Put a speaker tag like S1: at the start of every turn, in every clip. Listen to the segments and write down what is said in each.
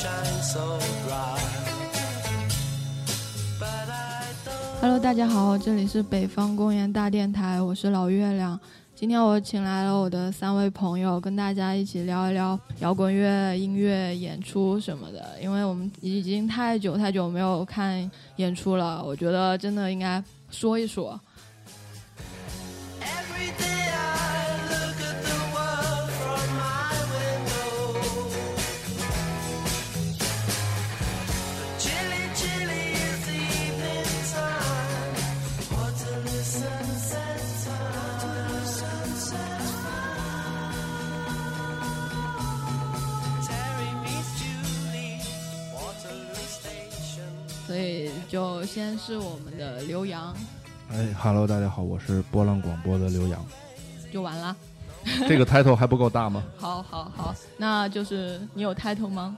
S1: so bright. But I don't
S2: Hello，大家好，这里是北方公园大电台，我是老月亮。今天我请来了我的三位朋友，跟大家一起聊一聊摇滚乐、音乐、演出什么的。因为我们已经太久太久没有看演出了，我觉得真的应该说一说。
S1: every day I look at the world from my window. Chilly, chilly is the evening time. What a sunset time. What a sunset time. Terry meets Julie, Waterloo Station.
S2: 所以就先是我们的刘洋
S3: 哎哈喽，大家好，我是波浪广播的刘洋。
S2: 就完了。
S3: 这个 title 还不够大吗？
S2: 好好好，那就是你有 title 吗？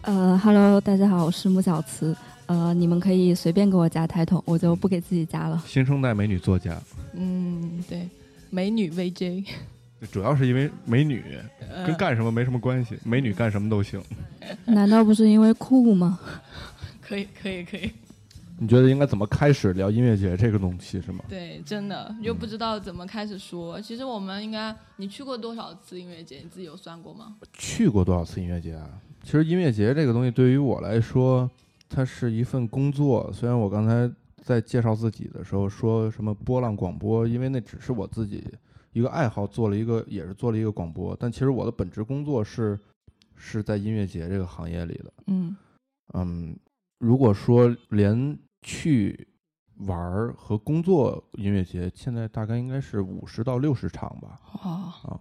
S4: 呃，Hello，大家好，我是穆小慈。呃，你们可以随便给我加 title，我就不给自己加了。
S3: 新生代美女作家，
S2: 嗯，对，美女 VJ。
S3: 主要是因为美女
S2: 呃
S3: 跟干什么没什么关系，美女干什么都行。
S4: 难道不是因为酷吗？
S2: 可以可以可以，
S3: 你觉得应该怎么开始聊音乐节这个东西是吗？
S2: 对，真的就不知道怎么开始说。其实我们应该，你去过多少次音乐节？你自己有算过吗？
S3: 去过多少次音乐节啊？其实音乐节这个东西对于我来说，它是一份工作。虽然我刚才在介绍自己的时候说什么波浪广播，因为那只是我自己一个爱好，做了一个也是做了一个广播，但其实我的本职工作是是在音乐节这个行业里的。
S4: 嗯，
S3: 嗯，如果说连去玩儿和工作音乐节，现在大概应该是五十到六十场 吧。
S2: 哦，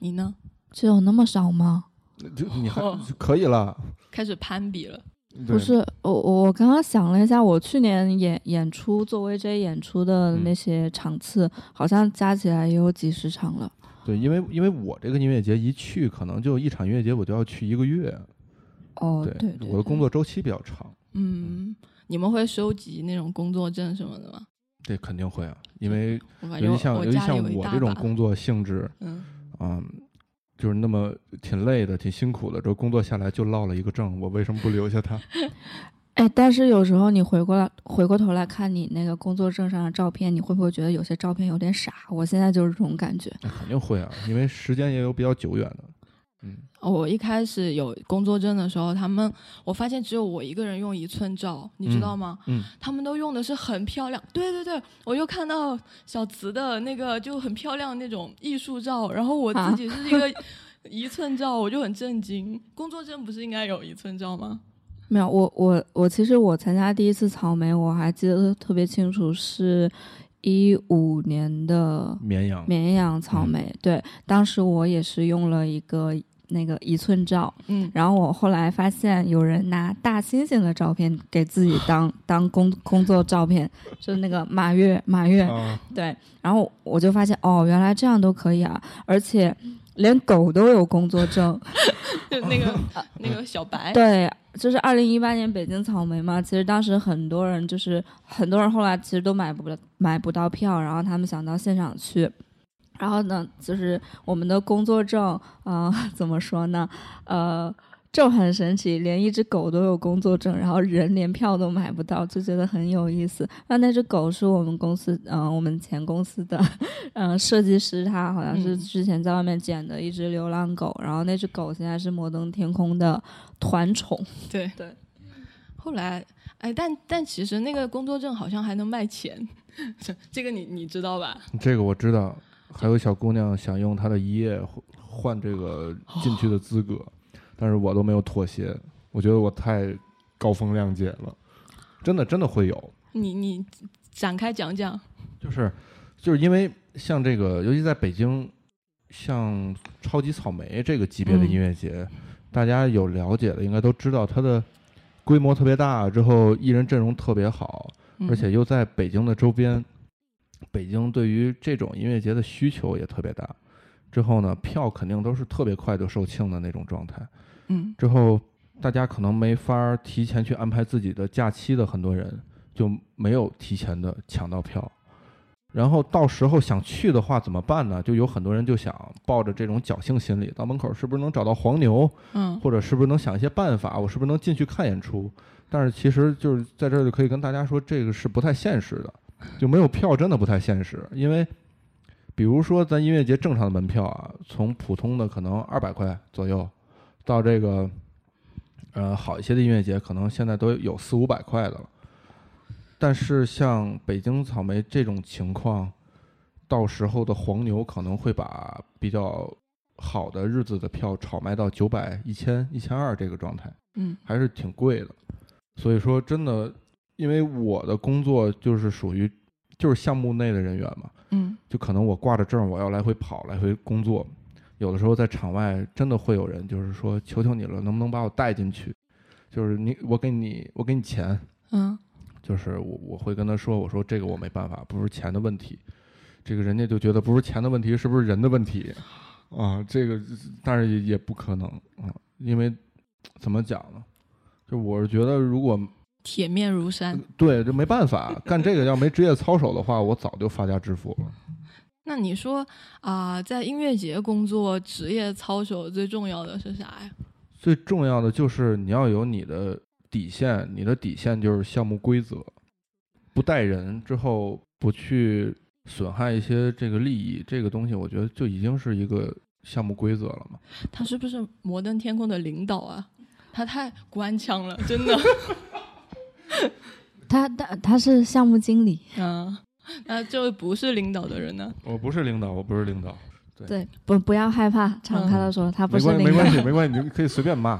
S2: 你呢？
S4: 只有那么少吗？
S3: 那就你还、
S2: 哦
S3: 就可以了，
S2: 开始攀比了。
S3: 对
S4: 不是，我我我刚刚想了一下，我去年演演出做 VJ 演出的
S3: 嗯
S4: 那些场次，好像加起来也有几十场了。
S3: 对，因为因为我这个音乐节一去，可能就一场音乐节我就要去一个月。
S4: 哦，对
S3: 我的工
S4: 作
S3: 作周期比较长，
S2: 嗯，你们会收集那种工作证什么的吗？
S3: 这肯定会啊，因为
S2: 我感觉
S3: 尤其像
S2: 我
S3: 尤其
S2: 家里
S3: 像
S2: 有一
S3: 我
S2: 大
S3: 这种
S2: 把
S3: 工作性质，
S2: 嗯，
S3: 嗯，就是那么挺累的、挺辛苦的，这工作下来就落了一个证，我为什么不留 下它？
S4: 哎，但是有时候你回过来回过头来看你那个工作证上的照片，你会不会觉得有些照片有点傻？我现在就是这种感觉。
S3: 那肯定会啊，因为时间也有比较久远的。嗯，
S2: 我一开始有工作证的时候，他们我发现只有我一个人用一寸照，你知道吗？
S3: 嗯嗯
S2: 他们都用的是很漂亮，对对对，我又看到小慈的那个就很漂亮那种艺术照，然后我自己是一个一寸照，我就很震惊。工作证不是应该有一寸照吗？
S4: 没有，我我我其实我参加第一次草莓，我还记得特别清楚，是一五年的
S3: 绵羊，
S4: 绵阳草莓。对，当时我也是用了一个那个一寸照，
S2: 嗯，
S4: 然后我后来发现有人拿大猩猩的照片给自己当当工工作照片，就是那个马月马月，
S3: 啊，
S4: 对，然后我就发现哦，原来这样都可以啊，而且连狗都有工作证。
S2: 就那个、那个小白，
S4: 对，就是二零一八年北京草莓嘛，其实当时很多人就是很多人后来其实都买不买不到票，然后他们想到现场去。然后呢，就是我们的工作证，啊、怎么说呢？呃，就很神奇，连一只狗都有工作证，然后人连票都买不到，就觉得很有意思。那那只狗是我们公司，嗯、我们前公司的，嗯、设计师他好像是
S2: 嗯
S4: 之前在外面捡的一只流浪狗，然后那只狗现在是摩登天空的团宠。
S2: 对
S4: 对。
S2: 后来，哎，但但其实那个工作证好像还能卖钱， 这个你你知道吧？
S3: 这个我知道。还有小姑娘想用她的一夜换换这个进去的资格，但是我都没有妥协，我觉得我太高风亮节了，真的真的会有，
S2: 你你展开讲讲，
S3: 就是就是因为像这个，尤其在北京，像超级草莓这个级别的音乐节，大家有了解的应该都知道，它的规模特别大，之后艺人阵容特别好，
S2: 嗯
S3: 而且又在北京的周边，北京对于这种音乐节的需求也特别大。之后呢，票肯定都是特别快就售罄的那种状态。
S2: 嗯
S3: 之后大家可能没法儿提前去安排自己的假期的很多人就没有提前的抢到票，然后到时候想去的话怎么办呢？就有很多人就想抱着这种侥幸心理，到门口是不是能找到黄牛，
S2: 嗯，
S3: 或者是不是能想一些办法，我是不是能进去看演出？但是其实就是在这儿就可以跟大家说，这个是不太现实的，就没有票真的不太现实。因为比如说咱音乐节正常的门票啊，从普通的可能二百块左右，到这个呃好一些的音乐节，可能现在都有四五百块的了。但是像北京草莓这种情况，到时候的黄牛可能会把比较好的日子的票炒卖到九百、一千、一千二这个状态，
S2: 嗯，
S3: 还是挺贵的。所以说，真的，因为我的工作就是属于就是项目内的人员嘛，
S2: 嗯，
S3: 就可能我挂着证，我要来回跑，来回工作。有的时候在场外真的会有人，就是说求求你了，能不能把我带进去？就是你，我给你，我给你钱，
S2: 嗯，
S3: 就是我我会跟他说，我说这个我没办法，不是钱的问题，这个人家就觉得不是钱的问题，是不是人的问题啊？这个但是也也不可能啊，因为怎么讲呢？就我是觉得，如果
S2: 铁面如山。
S3: 对这没办法干这个，要没职业操守的话，我早就发家致富了。
S2: 那你说啊、在音乐节工作，职业操守最重要的是啥呀？
S3: 最重要的就是你要有你的底线，你的底线就是项目规则，不带人之后不去损害一些这个利益，这个东西我觉得就已经是一个项目规则了嘛。
S2: 他是不是摩登天空的领导啊？他太官腔了，真 的。
S4: 他他他是项目经理，
S2: 嗯，那就不是领导的人呢、
S3: 我不是领导，我不是领导，
S2: 啊
S4: 对，嗯不不要害怕，敞开了说，他不
S3: 没
S4: 是
S3: 关
S4: 领
S3: 没
S4: 导
S3: 关，系没关系，你可以随便骂。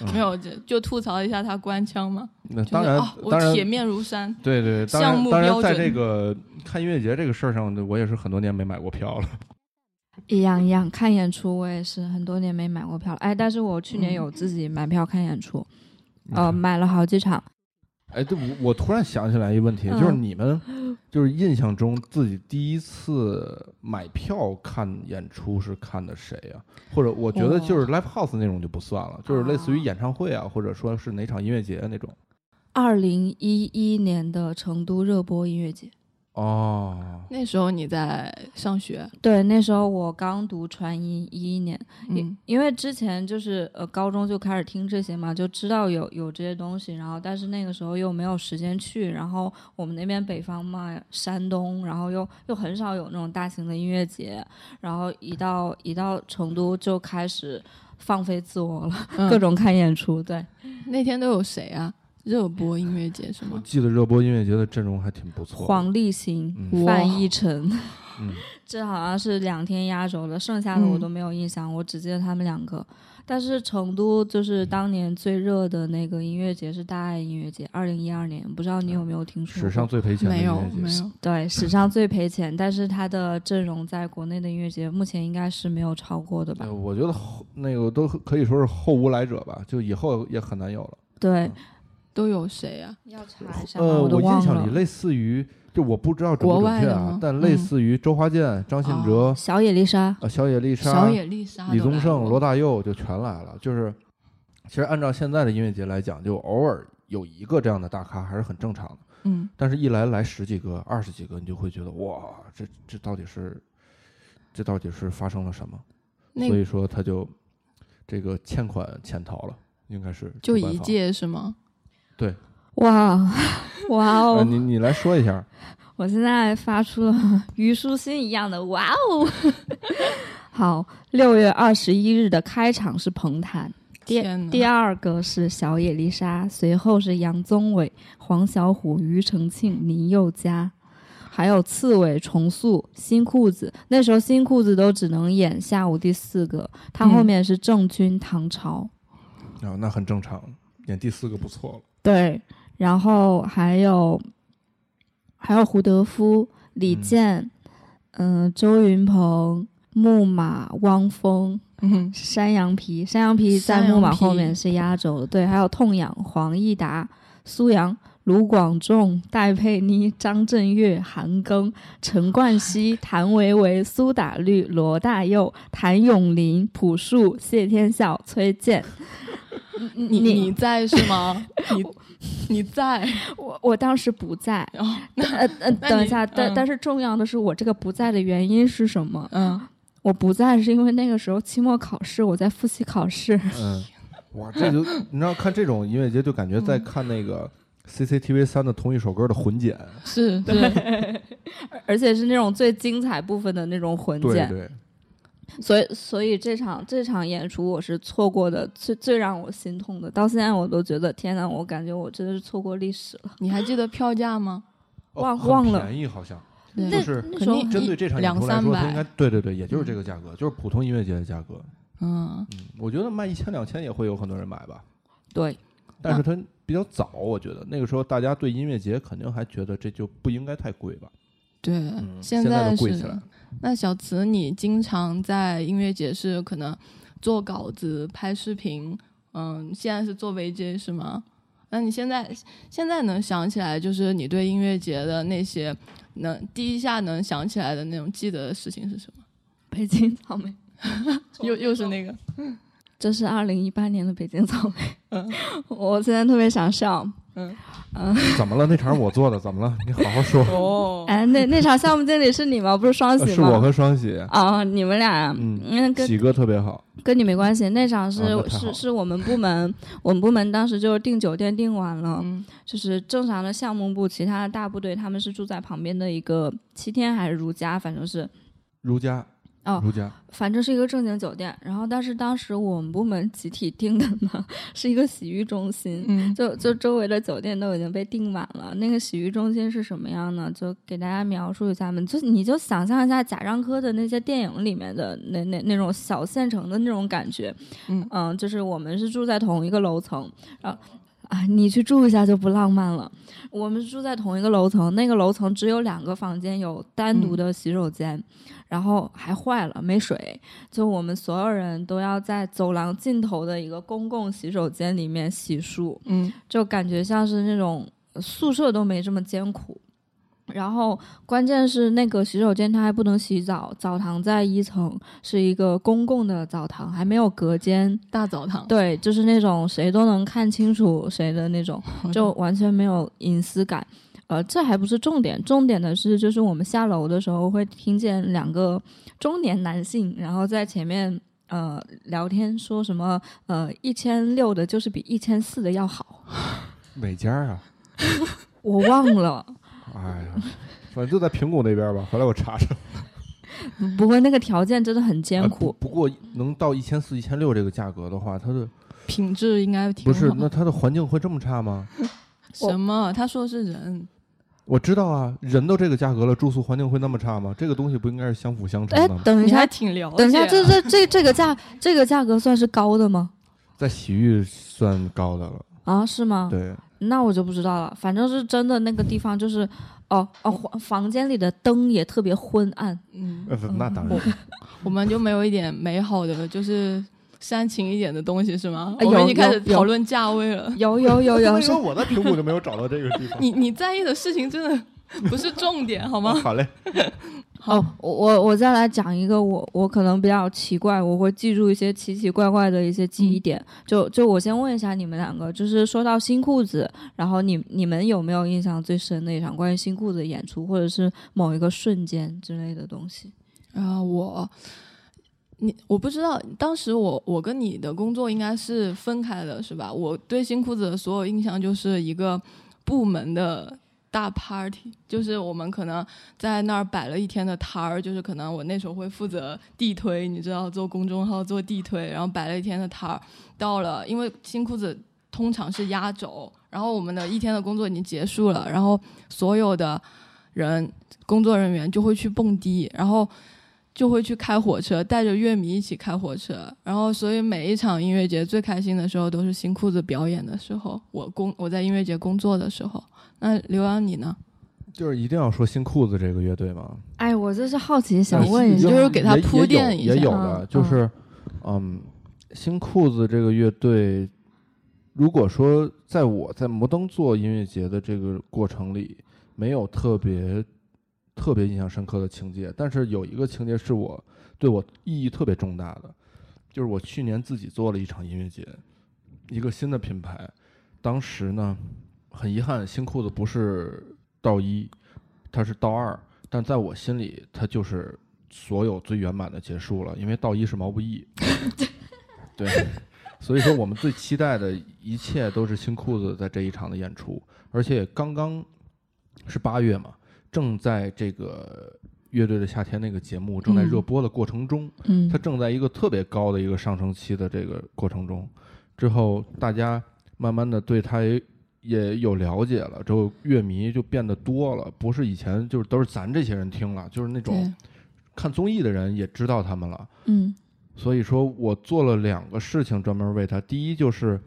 S3: 嗯
S2: 没有，就就吐槽一下他官腔嘛。
S3: 那
S2: 就是
S3: 当然
S2: 啊，我
S3: 当然
S2: 铁面如山。
S3: 对对，当
S2: 项
S3: 然
S2: 目
S3: 当然，
S2: 标
S3: 在
S2: 准
S3: 这个看音乐节这个事儿上，我也是很多年没买过票了。
S4: 一样一样。看演出我也是很多年没买过票了，哎，但是我去年有自己买票看演出，
S3: 嗯
S2: 啊
S4: 呃，买了好几场。
S3: 哎，对，我我突然想起来一个问题，就是
S4: 嗯
S3: 你们就是印象中自己第一次买票看演出是看的谁呀、或者我觉得就是
S2: 哦
S3: live house 那种就不算了，就是类似于演唱会啊，或者说是哪场音乐节那种。
S4: 二零一一年的成都热播音乐节，
S3: 哦，
S2: 那时候你在上学，
S4: 对，那时候我刚读传音，一一年，因
S2: 嗯
S4: 因为之前就是呃高中就开始听这些嘛，就知道有有这些东西，然后但是那个时候又没有时间去，然后我们那边北方嘛，山东，然后又又很少有那种大型的音乐节，然后一到一到成都就开始放飞自我了，
S2: 嗯
S4: 各种看演出，对，
S2: 那天都有谁啊？热播音乐节是
S3: 我
S2: 吗？
S3: 记得热播音乐节的阵容还挺不错的。
S4: 黄立行、
S3: 嗯
S2: 哇
S4: 范逸臣，
S3: 嗯
S4: 这好像是两天压轴的，剩下的我
S2: 嗯
S4: 都没有印象，我只记得他们两个。但是成都就是当年最热的那个音乐节是大爱音乐节，二零一二年，不知道你有没有听说过？
S3: 史上最赔钱的
S2: 没
S3: 音
S2: 有
S3: 乐节，
S2: 没有，
S4: 对史上最赔钱，但是它的阵容在国内的音乐节目前应该是没有超过的吧
S3: 呃？我觉得后那个都可以说是后无来者吧，就以后也很难有了。
S4: 对，
S2: 都有谁啊？
S4: 要查一下吗
S3: 嗯呃，
S4: 都
S3: 我印
S4: 忘
S3: 象里
S4: 了。
S3: 类似于，就我不知道准不
S2: 国
S3: 准
S2: 外
S3: 确
S2: 的
S3: 啊
S2: 吗，
S3: 但类
S2: 嗯哦
S3: 似于周华健、张信哲、
S4: 小野丽莎，
S3: 呃小野丽莎、
S2: 小野丽莎、
S3: 李宗盛、罗，大佑就全来了。就是其实按照现在的音乐节来讲，就偶尔有一个这样的大咖还是很正常的。
S2: 嗯，
S3: 但是，一来来十几个、二十几个，你就会觉得哇，这这到底是这到底是发生了什么？
S2: 那
S3: 所以说，他就这个欠款潜逃了，应该是
S2: 就
S3: 主办
S2: 一
S3: 方。
S2: 届是吗？
S4: 哇哇
S3: 呃、
S4: 哦！
S3: 你你来说一下，
S4: 我现在发出了 虞书欣一样的哇哦！好，六月二十一日的开场是彭坦，第
S2: 天哪
S4: 第二个是小野丽莎，随后是杨宗纬、黄小琥、庾澄庆、林宥嘉，还有刺猬、重塑、新裤子。那时候新裤子都只能演下午第四个，他后
S2: 嗯
S4: 面是郑钧、唐朝，
S3: 啊、那很正常，演第四个不错了。
S4: 对，然后还有还有胡德夫、李
S3: 嗯
S4: 健，嗯、周云鹏、木马、汪峰、
S2: 嗯，
S4: 山羊皮，山羊皮在
S2: 山
S4: 木
S2: 羊
S4: 马后
S2: 皮
S4: 面是压轴的，对，还有痛痒、黄义达、苏阳、卢广仲、戴佩妮、张震岳、韩庚、陈冠希、谭维维、苏打绿、罗大佑、谭咏麟、朴树、谢天笑、崔健。
S2: 你
S4: 你
S2: 你在是吗？你你哦在，
S4: 我我当时不在，
S2: 然后
S4: 呃呃，
S2: 那
S4: 等一
S2: 你
S4: 下，但、
S2: 嗯
S4: 但是重要的是，我这个不在的原因是什么？
S2: 嗯，
S4: 我不在是因为那个时候期末考试，我在复习考试。
S3: 嗯，哇，这就你知道看这种音乐节就感觉
S4: 嗯
S3: 在看那个 CCTV 三的同一首歌的混剪，
S2: 是是，
S4: 而且是那种最精彩部分的那种混
S3: 对
S4: 剪，
S3: 对，
S4: 所以所以这场这场演出我是错过的，最最让我心痛的，到现在我都觉得天呐，我感觉我真的是错过历史了。
S2: 你还记得票价吗？
S3: 哦
S4: 忘
S3: 很
S4: 忘了
S3: 便宜好像
S2: 对
S4: 那
S3: 就是
S4: 那
S2: 肯
S4: 时候
S2: 定
S3: 针对这场演
S2: 两
S3: 出来
S2: 三
S3: 说，
S2: 百
S3: 它应该对对对，也就是这
S4: 嗯
S3: 个价格，就是普通音乐节的价格。
S2: 嗯，
S3: 嗯，我觉得卖一千两千也会有很多人买吧，
S4: 对
S3: 但是它比较早，我觉得那个时候大家对音乐节肯定还觉得这就不应该太贵吧。
S2: 对，
S3: 嗯
S2: 现
S3: 现在
S2: 在
S3: 都
S2: 是。
S3: 贵起来了
S2: 那小慈，你经常在音乐节是可能做稿子、拍视频，嗯，现在是做 VJ 是吗？那你现在现在能想起来，就是你对音乐节的那些能第一下能想起来的那种记得的事情是什么？
S4: 北京草莓，
S2: 又又是那个，
S4: 这是二零一八年的北京草莓，
S2: 嗯
S4: 我现在特别想笑。
S3: 怎么了？那场我做的，怎么了？你好好 说。呃
S2: 哦，
S4: 哎，那那场项目经理是你吗？不是双喜吗？
S3: 是我和双喜，
S4: 啊、你们俩呀，
S3: 嗯
S4: 嗯，跟
S3: 喜哥特别好。
S4: 跟你没关系，那场是、
S3: 啊那太好
S4: 是
S3: 了
S4: 是我们部门，我们部门当时就是订酒店订完了，
S2: 嗯
S4: 就是正常的项目部，其他的大部队他们是住在旁边的一个七天还是如家，反正是
S3: 如家，
S4: 哦
S3: 如家，
S4: 反正是一个正经酒店。然后但是当时我们部门集体订的呢 是一个洗浴中心，
S2: 嗯
S4: 就就周围的酒店都已经被订满了。那个洗浴中心是什么样呢？就给大家描述一下嘛，就你就想象一下贾樟柯的那些电影里面的那那那种小县城的那种感觉。
S2: 嗯
S4: 就是我们是住在同一个楼层，然后。啊，你去住一下就不浪漫了。我们是住在同一个楼层，那个楼层只有两个房间，有单
S2: 嗯
S4: 独的洗手间，然后还坏了，没水，就我们所有人都要在走廊尽头的一个公共洗手间里面洗漱。
S2: 嗯，
S4: 就感觉像是那种呃宿舍都没这么艰苦。然后关键是那个洗手间它还不能洗澡，澡堂在一层，是一个公共的澡堂，还没有隔间。
S2: 大澡堂，
S4: 对，就是那种谁都能看清楚谁的那种，就完全没有隐私感。呃，这还不是重点，重点的是，就是我们下楼的时候会听见两个中年男性，然后在前面呃聊天，说什么呃一千六的就是比一千四的要好，
S3: 哪家啊？
S4: 我忘了，
S3: 哎呀，反正就在平谷那边吧。回来我查查。
S4: 不过那个条件真的很艰
S3: 啊
S4: 苦。
S3: 不不过能到一千四、一千六这个价格的话，它的
S2: 品质应该挺好
S3: 不是那它的环境会这么差吗？
S2: 什么？他说是人，
S3: 我知道啊，人都这个价格了，住宿环境会那么差吗？这个东啊西不应该是相辅相成
S4: 哎
S3: 的吗？，
S4: 等一
S2: 你还
S4: 下，
S2: 挺了解。啊
S4: 等一下，这这这这个价，这个价格算是高的吗？
S3: 在洗浴算高的了，
S4: 啊，是吗？
S3: 对，
S4: 那我就不知道了。反正是真的，那个地方就是，哦哦，房房间里的灯也特别昏暗。
S2: 嗯，
S3: 呃那当然
S2: 我。我们就没有一点美好的，就是煽情一点的东西是吗？
S4: 哎
S2: 我们
S4: 有
S2: 已经开
S4: 有
S2: 始
S4: 有
S2: 讨论价位了。
S4: 有有有
S3: 所
S4: 有，
S3: 以
S4: 是
S3: 说我在平谷就没有找到这个地方。
S2: 你你在意的事情真的不是重点，好吗？
S3: 哦好嘞，
S4: 哦，我我我再来讲一个我我可能比较奇怪，我会记住一些奇奇怪怪的一些记忆点。就就我先问一下你们两个，就是说到新裤子，然后你你们有没有印象最深的一场关于新裤子的演出，或者是某一个瞬间之类的东西？
S2: 啊、我你我不知道，当时我我跟你的工作应该是分开的，是吧？我对新裤子的所有印象就是一个部门的。大 party 就是我们可能在那儿摆了一天的摊儿，就是可能我那时候会负责地推，你知道做公众号做地推，然后摆了一天的摊儿。到了，因为新裤子通常是压轴，然后我们的一天的工作已经结束了，然后所有的人工作人员就会去蹦迪，然后就会去开火车，带着乐迷一起开火车。然后，所以每一场音乐节最开心的时候都是新裤子表演的时候，我工我在音乐节工作的时候。那刘洋你呢？
S3: 就是一定要说新裤子这个乐队吗？
S4: 哎，我就是好奇想
S3: 想
S4: 问
S3: 问
S4: 一
S2: 你
S4: 下
S2: 就，是给他
S3: 也
S2: 铺垫一下啊
S3: 也有也有
S4: 嗯
S3: 的，就是，嗯，新裤子这个乐队，如果说在我在摩登做音乐节的这个过程里，没有特别特别印象深刻的情节，但是有一个情节是我对我意义特别重大的，就是我去年自己做了一场音乐节，一个新的品牌，当时呢，很遗憾，新裤子不是道一，它是道二，但在我心里，它就是所有最圆满的结束了，因为道一是毛不易，对，所以说我们最期待的一切都是新裤子在这一场的演出，而且刚刚是八月嘛，正在这个乐队的夏天那个节目正在热
S4: 嗯
S3: 播的过程中，
S4: 嗯
S3: 它正在一个特别高的一个上升期的这个过程中，之后大家慢慢的对它也也有了解了，之后乐迷就变得多了，不是以前就是都是咱这些人听了，就是那种
S4: 对，
S3: 看综艺的人也知道他们了。
S4: 嗯
S3: 所以说我做了两个事情专门为它，第一就是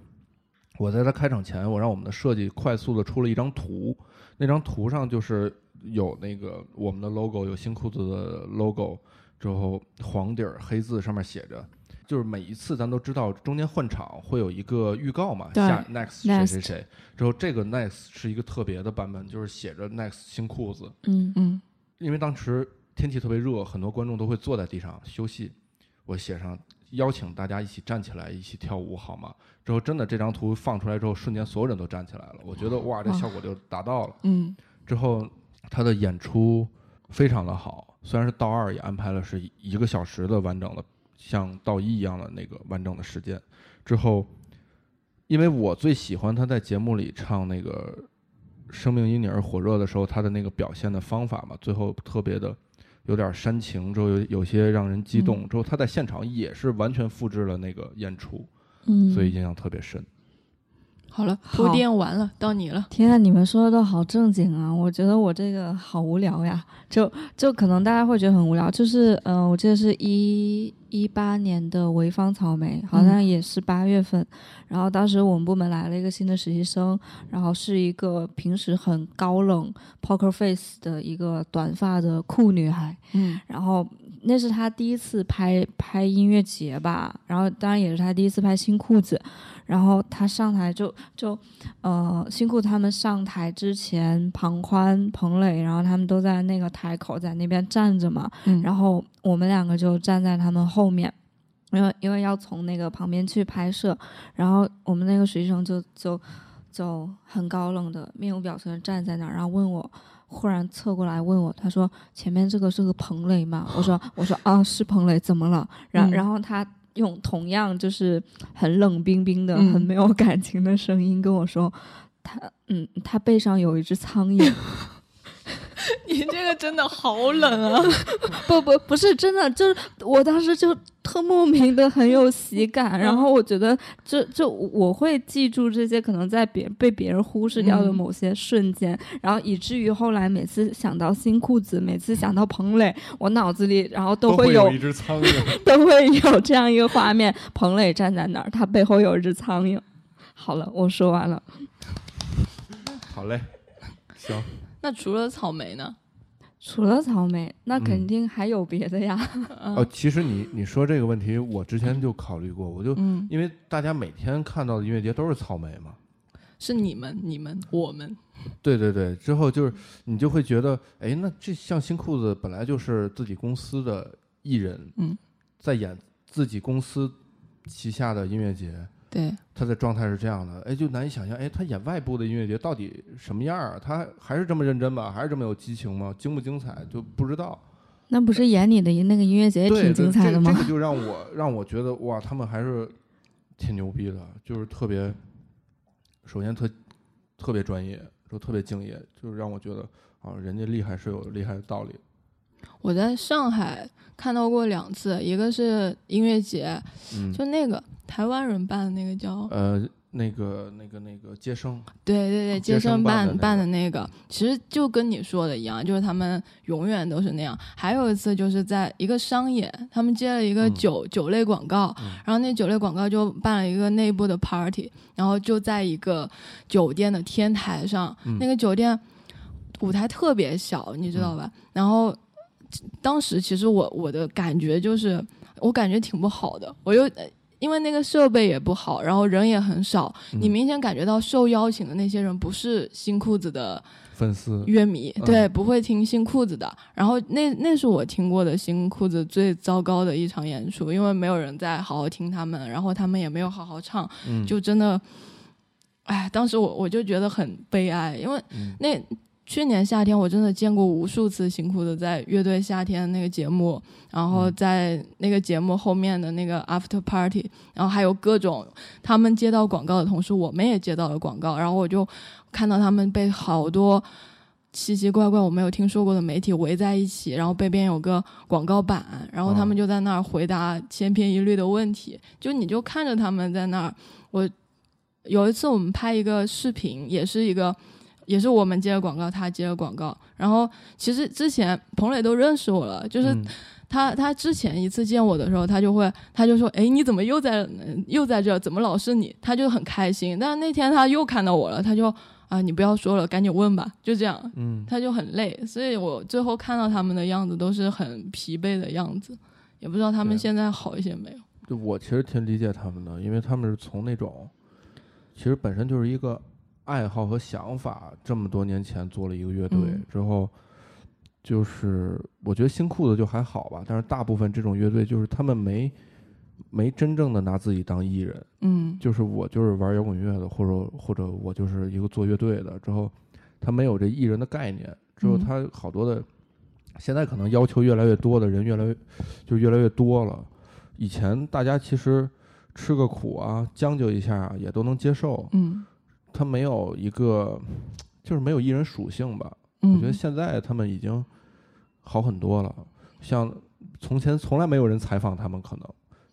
S3: 我在它开场前，我让我们的设计快速的出了一张图，那张图上就是有那个我们的 logo，有新裤子的 logo，之后黄底儿黑字上面写着。就是每一次咱都知道中间换场会有一个预告嘛，
S4: 对
S3: 下 next 谁
S4: next
S3: 谁谁，之后这个 next 是一个特别的版本，就是写着 next 新裤子，
S4: 嗯嗯
S3: 因为当时天气特别热，很多观众都会坐在地上休息。我写上邀请大家一起站起来，一起跳舞，好吗？之后真的这张图放出来之后，瞬间所有人都站起来了。我觉得哇，这
S4: 哇
S3: 效果就达到了。
S4: 嗯
S3: 之后他的演出非常的好，虽然是道二也安排了是一个小时的完整的，像道一一样的那个完整的时间。之后，因为我最喜欢他在节目里唱那个《生命因你而火热》的时候，他的那个表现的方法嘛，最后特别的。有点煽情，之后有有些让人激动，之后他在现场也是完全复制了那个演出，
S4: 嗯，
S3: 所以印象特别深。
S2: 好了，
S4: 好
S2: 铺垫完了，到你了。
S4: 天啊，你们说的都好正经啊！我觉得我这个好无聊呀，就就可能大家会觉得很无聊。就是，嗯、我记得是一一八年的潍坊草莓，好像也是八月份。然后当时我们部门来了一个新的实习生，然后是一个平时很高冷 poker face 的一个短发的酷女孩。
S2: 嗯，
S4: 然后那是他第一次拍拍音乐节吧，然后当然也是他第一次拍新裤子，然后他上台就就呃新裤子他们上台之前，庞宽、彭磊，然后他们都在那个台口在那边站着嘛，
S2: 嗯
S4: 然后我们两个就站在他们后面。因为因为要从那个旁边去拍摄，然后我们那个实习生就就就很高冷的面无表情的站在那儿，然后问我，忽然侧过来问我，他说前面这个是个彭磊吗？我说我说啊是彭磊，怎么了？然、
S2: 嗯
S4: 然后他用同样就是很冷冰冰的、
S2: 嗯
S4: 很没有感情的声音跟我说，他嗯他背上有一只苍蝇。
S2: 你这个真的好冷啊！
S4: 不不不是真的，就是我当时就特莫名的很有喜感，然后我觉得就就我会记住这些可能在别被别人忽视掉的
S2: 嗯
S4: 某些瞬间，然后以至于后来每次想到新裤子，每次想到彭磊，我脑子里然后都会有
S3: 只苍 蝇，
S4: 都会有这样一个画面：彭磊站在那儿，他背后有一只苍蝇。好了，我说完了。
S3: 好嘞，行，
S2: 那除了草莓呢？
S4: 除了草莓，那
S3: 嗯
S4: 肯定还有别的呀。
S2: 嗯
S3: 哦，其实你你说这个问题，我之前就考虑过，我就、
S2: 嗯，
S3: 因为大家每天看到的音乐节都是草莓嘛，
S2: 是你们、你们、我们。
S3: 对对对，之后就是你就会觉得，哎，那这像新裤子本来就是自己公司的艺人，
S2: 嗯，
S3: 在演自己公司旗下的音乐节，
S2: 对，
S3: 他的状态是这样的，哎，就难以想象，哎，他演外部的音乐节到底什么样儿？啊他还是这么认真吗？还是这么有激情吗？精不精彩就不知道。
S4: 那不是演你的那个音乐节也
S3: 对，
S4: 挺
S3: 对
S4: 精彩
S3: 这
S4: 的吗？
S3: 这个就让我让我觉得哇，他们还是挺牛逼的，就是特别，首先特特别专业，说特别敬业，就是让我觉得啊，人家厉害是有厉害的道理。
S2: 我在上海看到过两次，一个是音乐节，
S3: 嗯，
S2: 就那个台湾人办的那个叫
S3: 呃，那个那个那个接生，
S2: 对对对，
S3: 接
S2: 接生
S3: 生
S2: 办
S3: 办的那
S2: 哦办
S3: 个
S2: 的那个，其实就跟你说的一样，就是他们永远都是那样。还有一次就是在一个商演，他们接了一个
S3: 嗯
S2: 酒、酒类广告，
S3: 嗯
S2: 然后那酒类广告就办了一个内部的 party，然后就在一个酒店的天台上，
S3: 嗯
S2: 那个酒店舞台特别小，你知道吧？然后当时其实我我的感觉就是，我感觉挺不好的，我又。呃因为那个设备也不好，然后人也很少，你
S3: 嗯
S2: 明显感觉到受邀请的那些人不是新裤子的
S3: 粉丝，
S2: 乐迷，
S3: 嗯
S2: 对，不会听新裤子的。然后那那是我听过的新裤子最糟糕的一场演出，因为没有人在好好听他们，然后他们也没有好好唱，
S3: 嗯，
S2: 就真的哎，当时我我就觉得很悲哀，因为
S3: 嗯
S2: 那去年夏天我真的见过无数次辛苦的在乐队夏天那个节目，然后
S3: 嗯
S2: 在那个节目后面的那个 after party，然后还有各种他们接到广告的同时，我们也接到了广告，然后我就看到他们被好多。奇奇怪怪我没有听说过的媒体围在一起，然后背边有个广告板，然后他们就在那儿回答千篇一律的问题，就你就看着他们在那儿。我有一次我们拍一个视频，也是一个，也是我们接了广告，他接了广告，然后其实之前彭磊都认识我了，就是
S3: 嗯
S2: 他他之前一次见我的时候，他就会他就说，哎，你怎么又在嗯又在这儿？怎么老是你？他就很开心。但是那天他又看到我了，他就啊，你不要说了，赶紧问吧，就这样。
S3: 嗯，
S2: 他就很累，所以我最后看到他们的样子都是很疲惫的样子，也不知道他们
S3: 对啊
S2: 现在好一些没有。
S3: 就我其实挺理解他们的，因为他们是从那种，其实本身就是一个爱好和想法，这么多年前做了一个乐队、
S2: 嗯
S3: 之后，就是我觉得新裤子就还好吧，但是大部分这种乐队就是他们没没真正的拿自己当艺人，
S2: 嗯
S3: 就是我就是玩摇滚乐的，或者或者我就是一个做乐队的，之后他没有这艺人的概念，之后
S2: 嗯
S3: 他好多的、现在可能要求越来越多的人越来越就越来越多了，以前大家其实吃个苦啊，将就一下啊也都能接受，
S2: 嗯
S3: 他没有一个就是没有艺人属性吧，
S2: 嗯，
S3: 我觉得现在他们已经好很多了，像从前从来没有人采访他们，可能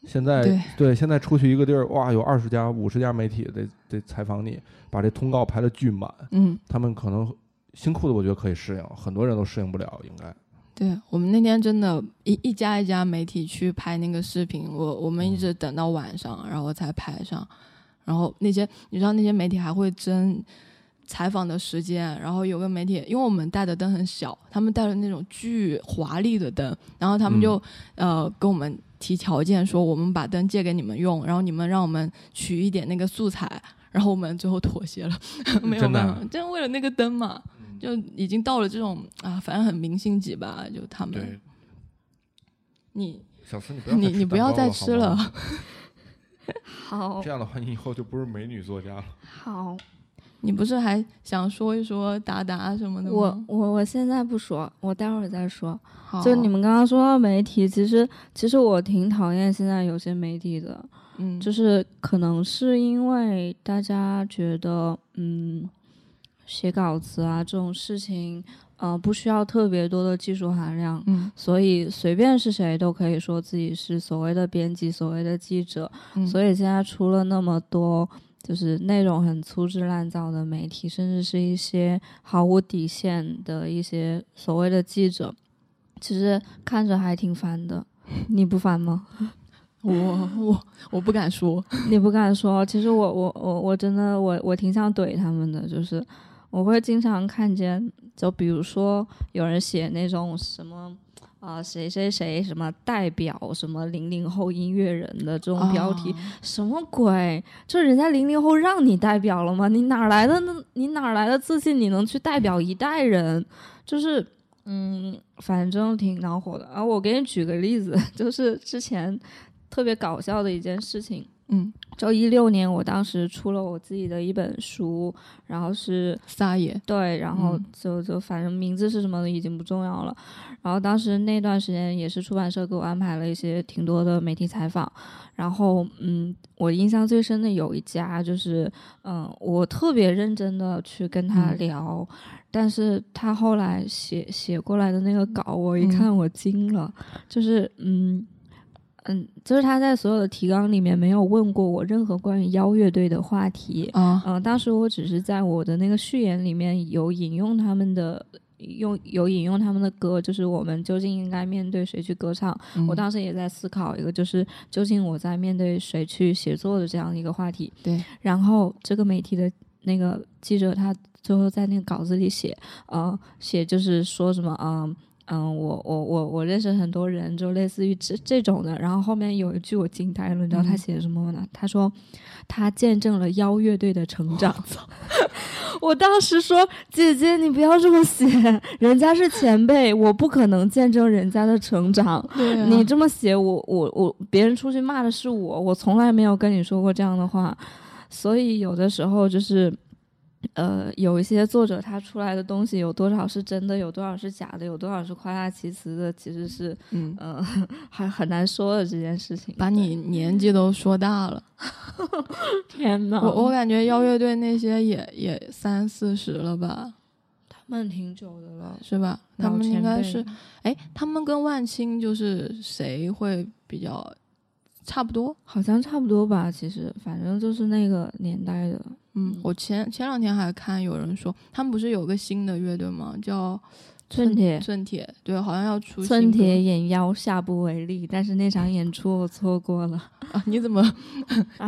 S3: 现在
S2: 对
S3: 现在出去一个地儿，哇，有二十家、五十家媒体得得采访你，把这通告排的巨满，
S2: 嗯，
S3: 他们可能新裤子我觉得可以适应，很多人都适应不了，应该
S2: 对我们那天真的一，一家一家媒体去拍那个视频，我我们
S3: 嗯
S2: 一直等到晚上，然后才拍上。然后那些你知道那些媒体还会争采访的时间，然后有个媒体，因为我们带的灯很小，他们带了那种巨华丽的灯，然后他们就、
S3: 嗯
S2: 呃跟我们提条件说，我们把灯借给你们用，然后你们让我们取一点那个素材，然后我们最后妥协了， 没有
S3: 真的
S2: 办
S3: 啊
S2: 法，真的为了那个灯嘛，就已经到了这种啊，反正很明星级吧，就他们，。你
S3: 小思，你不
S2: 你你不要再吃了，
S4: 好
S3: 样的话，你以后就不是美女作家了。
S4: 好，
S2: 你不是还想说一说达达什么的吗？
S4: 我我我现在不说，我待会儿再说。
S2: 好
S4: 就你们刚刚说到媒体，其实其实我挺讨厌现在有些媒体的，
S2: 嗯，
S4: 就是可能是因为大家觉得，嗯，写稿子啊这种事情，呃，不需要特别多的技术含量，
S2: 嗯，
S4: 所以随便是谁都可以说自己是所谓的编辑、所谓的记者，
S2: 嗯
S4: 所以现在出了那么多。就是内容很粗制滥造的媒体，甚至是一些毫无底线的一些所谓的记者，其实看着还挺烦 的。你不烦吗？
S2: 我我我不敢说，
S4: 你不敢说，其实我我我我真的我我挺想怼他们的，就是我会经常看见，就比如说有人写那种什么啊、谁谁谁什么代表什么零零后音乐人的这种标题，
S2: 啊
S4: 什么鬼？就人家零零后让你代表了吗？你哪来的呢？你哪来的自信？你能去代表一代人？就是，嗯，反正挺恼火的啊。我给你举个例子， 就是之前特别搞笑的一件事情。
S2: 嗯，
S4: 就一六年，我当时出了我自己的一本书，然后是
S2: 撒野，
S4: 对，然后
S2: 嗯
S4: 就就反正名字是什么的已经不重要了。然后当时那段时间也是出版社给我安排了一些挺多的媒体采访，然后嗯，我印象最深的有一家就是嗯，我特别认真的去跟他
S2: 嗯
S4: 聊，但是他后来写写过来的那个稿，我
S2: 嗯
S4: 一看我惊了，就是嗯。嗯，就是他在所有的提纲里面没有问过我任何关于邀乐队的话题，
S2: 啊，
S4: 嗯、当时我只是在我的那个序言里面有引用他们的。用有引用他们的歌，就是我们究竟应该面对谁去歌唱。
S2: 嗯
S4: 我当时也在思考一个，就是究竟我在面对谁去写作的这样一个话题。
S2: 对，
S4: 然后这个媒体的那个记者他最后在那个稿子里写，呃，写就是说什么，嗯、嗯、我我我我认识很多人，就类似于这这种的。然后后面有一句我惊呆了，你知道他
S2: 嗯
S4: 写的什么吗？他说他见证了妖乐队的成长。 我当时说：“姐姐，你不要这么写，人家是前辈，我不可能见证人家的成长。
S2: 对啊
S4: 你这么写，我我我，别人出去骂的是我，我从来没有跟你说过这样的话。所以有的时候就是，呃，有一些作者他出来的东西有多少是真的，有多少是假的，有多少是夸大其词的，其实是
S2: 嗯，
S4: 呃 还很难说的这件事情。
S2: 把你年纪都说大了。
S4: 天呐，
S2: 我我感觉邀乐队那些也也三四十了吧，
S4: 他们挺久的了，
S2: 是吧？他
S4: 老
S2: 们应
S4: 前
S2: 该
S4: 辈
S2: 是，哎，他们跟万青就是谁会比较差不多？
S4: 好像差不多吧，其实反正就是那个年代的。
S2: 嗯，我前前两天还看有人说，他们不是有个新的乐队吗？叫
S4: 寸铁
S2: 寸铁，对，好像要出新
S4: 寸铁
S2: 歌
S4: 眼腰下不为例，但是那场演出我错过了。
S2: 啊！你 怎么，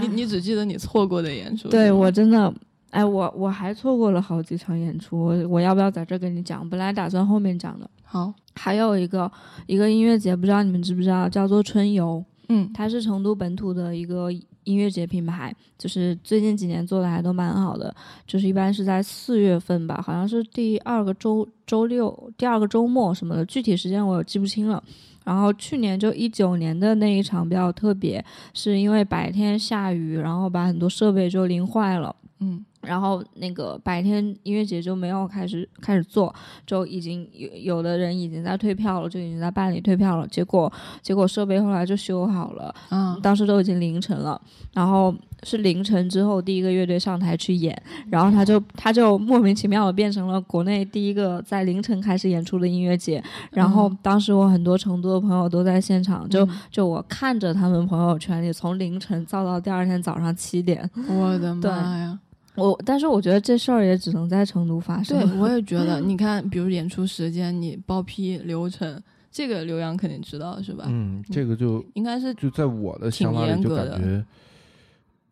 S2: 你你只记得你错过的演出？
S4: 啊对
S2: 是吗
S4: 我真的，哎，我我还错过了好几场演出，我我要不要在这儿跟你讲？本来打算后面讲的。
S2: 好，
S4: 还有一个一个音乐节，不知道你们知不知道，叫做春游，
S2: 嗯
S4: 它是成都本土的一个音乐节品牌，就是最近几年做的还都蛮好的，就是一般是在四月份吧，好像是第二个周周六第二个周末什么的，具体时间我也记不清了。然后去年就一九年的那一场比较特别，是因为白天下雨，然后把很多设备就淋坏了。
S2: 嗯，
S4: 然后那个白天音乐节就没有开始开始做，就已经有有的人已经在退票了，就已经在办理退票了。结果结果设备后来就修好了，
S2: 啊，
S4: 当时都已经凌晨了。然后是凌晨之后第一个乐队上台去演，然后他就他就莫名其妙的变成了国内第一个在凌晨开始演出的音乐节。然后当时我很多成都的朋友都在现场，就
S2: 嗯
S4: 就我看着他们朋友圈里从凌晨燥到第二天早上七点。
S2: 我 的妈呀！
S4: 我，但是我觉得这事儿也只能在成都发生。
S2: 对，我也觉 得。你看，比如演出时间，你报批流程，这个刘洋肯定知道是吧？
S3: 嗯，这个就
S2: 应该是
S3: 就在我的想法
S2: 呃挺
S3: 里，
S2: 严
S3: 就
S2: 格
S3: 感
S2: 的
S3: 觉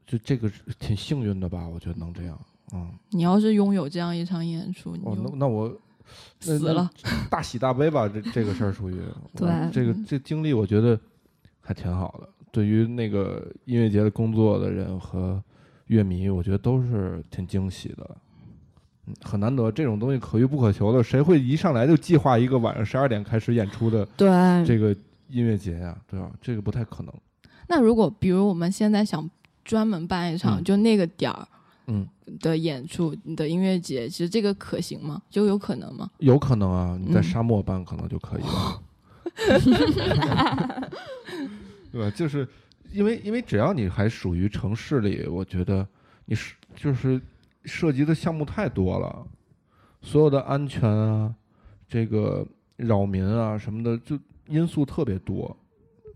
S3: 就这个是挺幸运的吧？我觉得能这样，嗯，
S2: 你要是拥有这样一场演出，你
S3: 哦，那
S2: 就
S3: 那我那
S2: 死了。，
S3: 那 大喜大悲吧，这这个事儿 属于
S4: 对
S3: 我这个
S2: 嗯
S3: 这经历，我觉得还挺好的。对于那个音乐节的工作的人和乐迷，我觉得都是挺惊喜的，嗯，很难得这种东西可遇不可求的，谁会一上来就计划一个晚上十二点开始演出的
S4: 对，
S2: 嗯
S3: 这个音乐节呀、对吧？这个不太可能。
S2: 那如果比如我们现在想专门办一场，
S3: 嗯
S2: 就那个点儿
S3: 嗯，
S2: 的演出你的音乐节，其实这个可行吗？就有可能吗？
S3: 有可能啊，你在
S2: 嗯
S3: 沙漠办可能就可以了，对吧？就是因为因为只要你还属于城市里，我觉得你是就是涉及的项目太多了，所有的安全啊，这个扰民啊什么的，就因素特别多，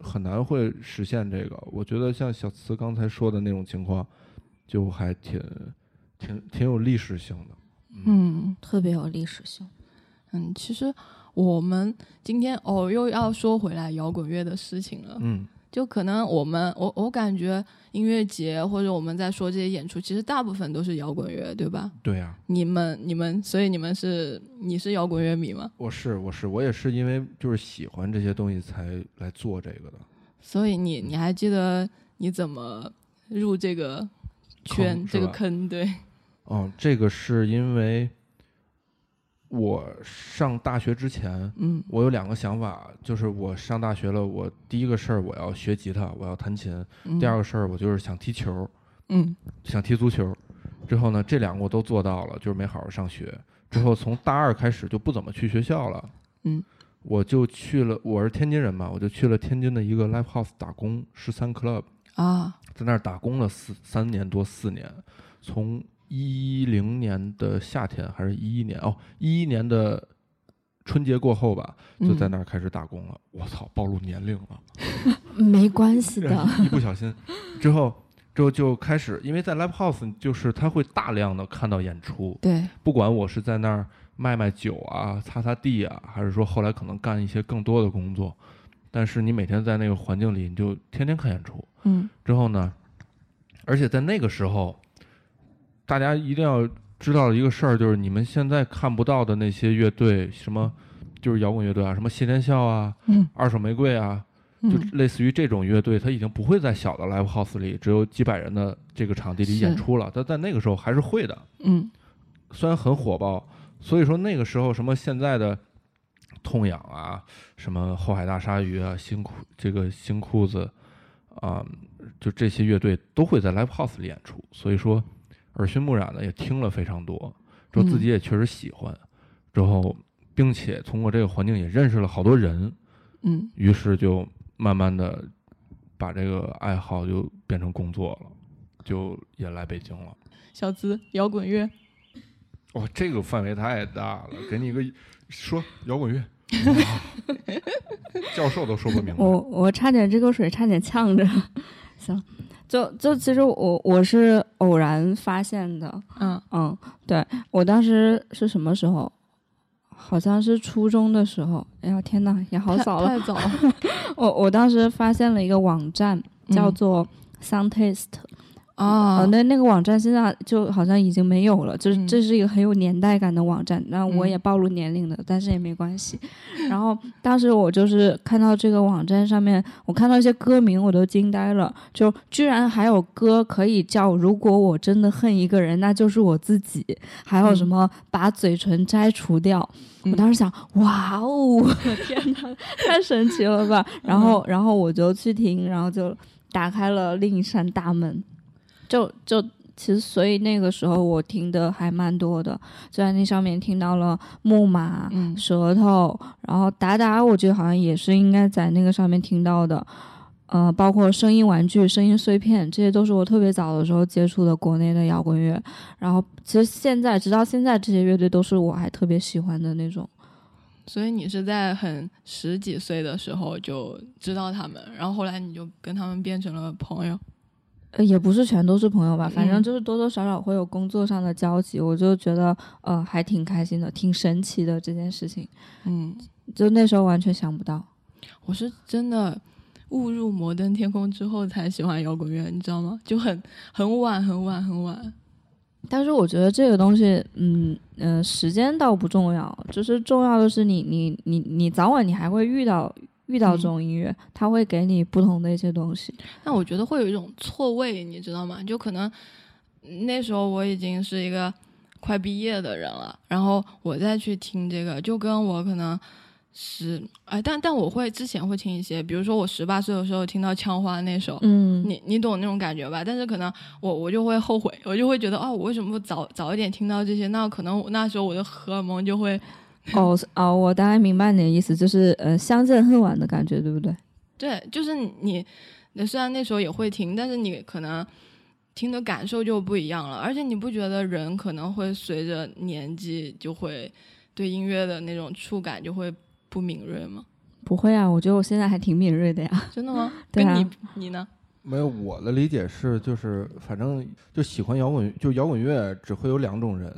S3: 很难会实现这个。我觉得像小慈刚才说的那种情况，就还挺挺挺有历史性的。
S2: 嗯
S4: 特别有历史性。
S2: 嗯，其实我们今天哦又要说回来摇滚乐的事情了。
S3: 嗯
S2: 就可能我们我我感觉音乐节或者我们在说这些演出，其实大部分都是摇滚乐，对吧？
S3: 嗯对呀、
S2: 你们你们，所以你们是你是摇滚乐迷吗？
S3: 我是我是我也是因为就是喜欢这些东西才来做这个的
S2: 所以你
S3: 嗯
S2: 你还记得你怎么入这个圈
S3: 坑是
S2: 这个
S3: 吧
S2: 坑？对，
S3: 嗯，这个是因为我上大学之前，
S2: 嗯
S3: 我有两个想法，就是我上大学了，我第一个事儿我要学吉他，我要弹琴；
S2: 嗯
S3: 第二个事儿我就是想踢球，
S2: 嗯
S3: 想踢足球。之后呢，这两个我都做到了，就是没好好上学。之后从大二开始就不怎么去学校了，
S2: 嗯，
S3: 我就去了，我是天津人嘛，我就去了天津的一个 live house 打工，十三 club。
S2: 啊
S3: 在那儿打工了四三年多四年，从一零年的夏天还是一一年哦，一一年的春节过后吧，
S2: 嗯
S3: 就在那儿开始打工了。我操，暴露年龄了。，
S4: 没关系
S3: 一不小心，之后之后就开始，因为在 live house 就是他会大量的看到演出，
S2: 对，
S3: 不管我是在那儿卖卖酒啊、擦擦地啊，还是说后来可能干一些更多的工作，但是你每天在那个环境里，你就天天看演出。
S2: 嗯
S3: 之后呢，而且在那个时候，大家一定要知道一个事儿，就是你们现在看不到的那些乐队，什么就是摇滚乐队啊，什么谢天笑啊、
S2: 嗯
S3: 二手玫瑰啊，就
S2: 嗯
S3: 类似于这种乐队，它已经不会在小的 live house 里只有几百人的这个场地里
S2: 是
S3: 演出了，但在那个时候还是会的。
S2: 嗯
S3: 虽然很火爆，所以说那个时候什么现在的痛痒啊，什么后海大鲨鱼啊，新裤这个新裤子啊、就这些乐队都会在 live house 里演出，所以说耳熏目染的也听了非常多，之后自己也确实喜欢，之后并且通过这个环境也认识了好多人，
S2: 嗯
S3: 于是就慢慢的把这个爱好就变成工作了，就也来北京了。
S2: 小资摇滚乐，
S3: 哇，哦这个范围太大了，给你一个说摇滚乐，教授都说不明白。
S4: 我我差点这口水差点呛着，行，就就其实我我是偶然发现的，
S2: 嗯
S4: 嗯，对我当时是什么时候？好像是初中的时候，哎呀天呐，也好
S2: 太
S4: 早了。
S2: 太早了，
S4: 我我当时发现了一个网站，叫
S2: 嗯
S4: 做 Sound Taste，
S2: 啊
S4: 哦，，那那个网站现在就好像已经没有了，就是
S2: 嗯
S4: 这是一个很有年代感的网站。那我
S2: 嗯
S4: 也暴露年龄了，但是也没关系。然后当时我就是看到这个网站上面，我看到一些歌名，我都惊呆了，就居然还有歌可以叫“如果我真的恨一个人，那就是我自己”，还有什
S2: 嗯
S4: 么“把嘴唇摘除掉”。我当时想，哇哦， 天哪，太神奇 了吧！然后，
S2: 嗯
S4: 然后我就去听，然后就打开了另一扇大门，就就其实，所以那个时候我听的还蛮多的，就在那上面听到了木马、
S2: 嗯
S4: 舌头，然后达达，我觉得好像也是应该在那个上面听到的。呃，包括声音玩具、声音碎片，这些都是我特别早的时候接触的国内的摇滚乐。然后，其实现在直到现在，这些乐队都是我还特别喜欢的那种。
S2: 所以你是在很十几岁的时候就知道他们，然后后来你就跟他们变成了朋友。
S4: 呃，也不是全都是朋友吧，反正
S2: 嗯
S4: 就是多多少少会有工作上的交集，我就觉得呃还挺开心的，挺神奇的这件事情，
S2: 嗯，
S4: 就那时候完全想不到。
S2: 我是真的误入摩登天空之后才喜欢摇滚乐，你知道吗？就很很晚很晚很晚。
S4: 但是我觉得这个东西，嗯嗯、呃时间倒不重要，就是重要的是你你你你早晚你还会遇到遇
S3: 嗯
S4: 到这种音乐，它会给你不同的一些东西。
S2: 但我觉得会有一种错位，你知道吗？就可能那时候我已经是一个快毕业的人了，然后我再去听这个，就跟我可能是哎，但但我会之前会听一些，比如说我十八岁的时候听到《枪花》那首，
S4: 嗯，
S2: 你你懂那种感觉吧？但是可能我我就会后悔，我就会觉得哦，我为什么不早早一点听到这些？那可能我那时候我的荷尔蒙就会
S4: 哦哦，我大概明白你的意思，就是呃相见恨晚的感觉，对不对？
S2: 对，就是你你虽然那时候也会听，但是你可能听的感受就不一样了。而且你不觉得人可能会随着年纪就会对音乐的那种触感就会不敏锐吗？
S4: 不会啊，我觉得我现在还挺敏锐的呀。
S2: 真的 吗？
S4: 对啊
S2: 跟你你呢？
S3: 没有，我的理解是，就是反正就喜欢摇滚，就摇滚乐只会有两种人，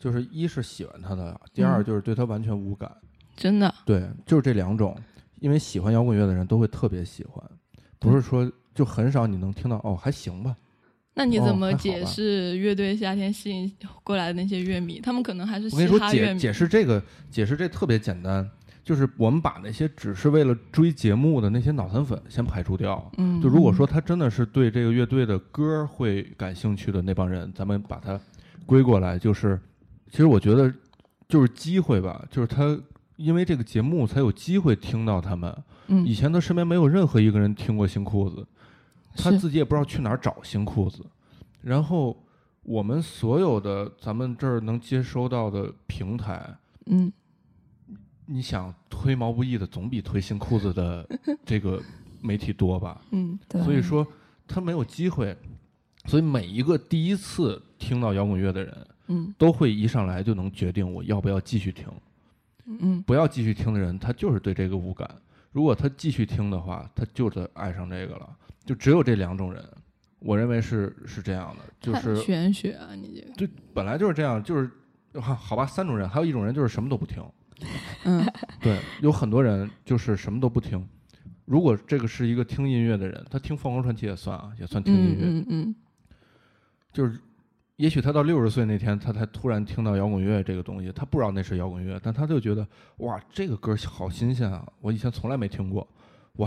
S3: 就是一是喜欢他的，第二
S2: 嗯
S3: 就是对他完全无感。
S2: 真的，
S3: 对，就是这两种，因为喜欢摇滚乐的人都会特别喜欢，不是说就很少你能听到哦还行吧。
S2: 那你
S3: 哦
S2: 怎
S3: 还
S2: 么
S3: 好
S2: 解
S3: 吧
S2: 释乐队夏天吸引过来的那些乐迷？他们可能还是
S3: 我跟
S2: 嘻
S3: 你说
S2: 哈乐
S3: 解
S2: 迷。
S3: 解释这个解释这特别简单，就是我们把那些只是为了追节目的那些脑残粉先排除掉。
S2: 嗯，
S3: 就如果说他真的是对这个乐队的歌会感兴趣的那帮人，咱们把它归过来，就是其实我觉得就是机会吧，就是他因为这个节目才有机会听到他们。以
S2: 嗯
S3: 前他身边没有任何一个人听过新裤子，他
S2: 是
S3: 自己也不知道去哪儿找新裤子。然后我们所有的咱们这儿能接收到的平台，
S2: 嗯，
S3: 你想推毛不易的总比推新裤子的这个媒体多 吧？
S2: 嗯
S4: 对
S3: 所以说他没有机会，所以每一个第一次听到摇滚乐的人，
S2: 嗯
S3: 都会一上来就能决定我要不要继续听。
S2: 嗯
S3: 不要继续听的人，他就是对这个无感。如果他继续听的话，他就是爱上这个了。就只有这两种人，我认为是是这样的，就
S2: 太
S3: 是
S2: 玄学啊！你这个，
S3: 本来就是这样，就是好好吧，三种人，还有一种人就是什么都不听。
S2: 嗯，
S3: 对，有很多人就是什么都不听。如果这个是一个听音乐的人，他听凤凰传奇也算啊，也算听音乐。
S2: 嗯嗯嗯
S3: 就是也许他到六十岁那天，他才突然听到摇滚乐这个东西，他不知道那是摇滚乐，但他就觉得哇，这个歌好新鲜啊，我以前从来没听过，我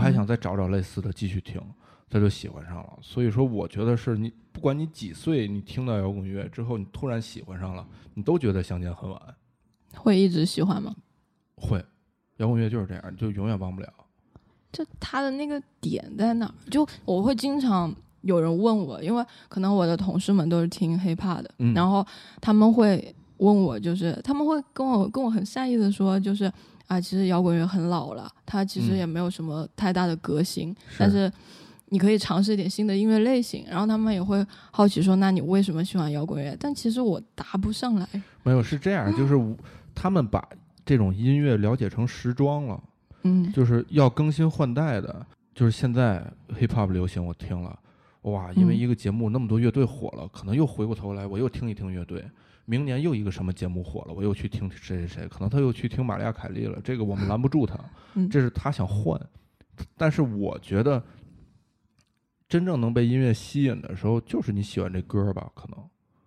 S2: 嗯
S3: 还想再找找类似的继续听，他就喜欢上了。所以说，我觉得是你不管你几岁，你听到摇滚乐之后，你突然喜欢上了，你都觉得相见恨晚。
S2: 会一直喜欢吗？
S3: 会，摇滚乐就是这样，你就永远忘不了。
S2: 就他的那个点在哪儿？就我会经常有人问我，因为可能我的同事们都是听 hiphop 的，
S3: 嗯
S2: 然后他们会问我，就是他们会跟我跟我很善意的说，就是啊，其实摇滚乐很老了，它其实
S3: 嗯
S2: 也没有什么太大的革新，但是你可以尝试一点新的音乐类型。然后他们也会好奇说，那你为什么喜欢摇滚乐？但其实我答不上来。
S3: 没有是这样，就是
S2: 嗯
S3: 我他们把这种音乐了解成时装了，
S2: 嗯，
S3: 就是要更新换代的。就是现在 hip hop 流行，我听了，哇，因为
S2: 嗯
S3: 一个节目那么多乐队火了，可能又回过头来我又听一听乐队。明年又一个什么节目火了，我又去听谁谁谁，可能他又去听玛利亚凯莉了，这个我们拦不住他。
S2: 嗯
S3: 这是他想换。但是我觉得，真正能被音乐吸引的时候，就是你喜欢这歌吧？可能，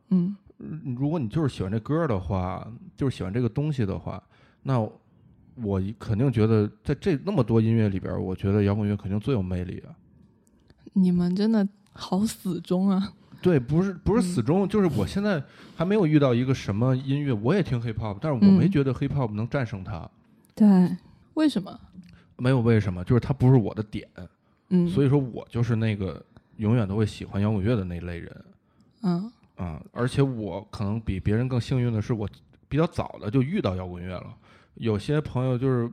S2: 嗯
S3: 嗯如果你就是喜欢这歌的话，就是喜欢这个东西的话，那我一肯定觉得，在这那么多音乐里边儿，我觉得摇滚乐肯定最有魅力啊。
S2: 你们真的好死忠啊！
S3: 对，不是不是死忠，就是我现在还没有遇到一个什么音乐，我也听 hip hop，但是我没
S2: 嗯
S3: 觉得 hip hop 能战胜它，
S4: 对，
S2: 为什么？
S3: 没有为什么，就是它不是我的点。
S2: 嗯，
S3: 所
S2: 以
S3: 以说我就是那个永远都会喜欢摇滚乐的那类人
S2: 嗯
S3: 啊、而且我可能比别人更幸运的是，我比较早的就遇到摇滚乐了。有些朋友就是，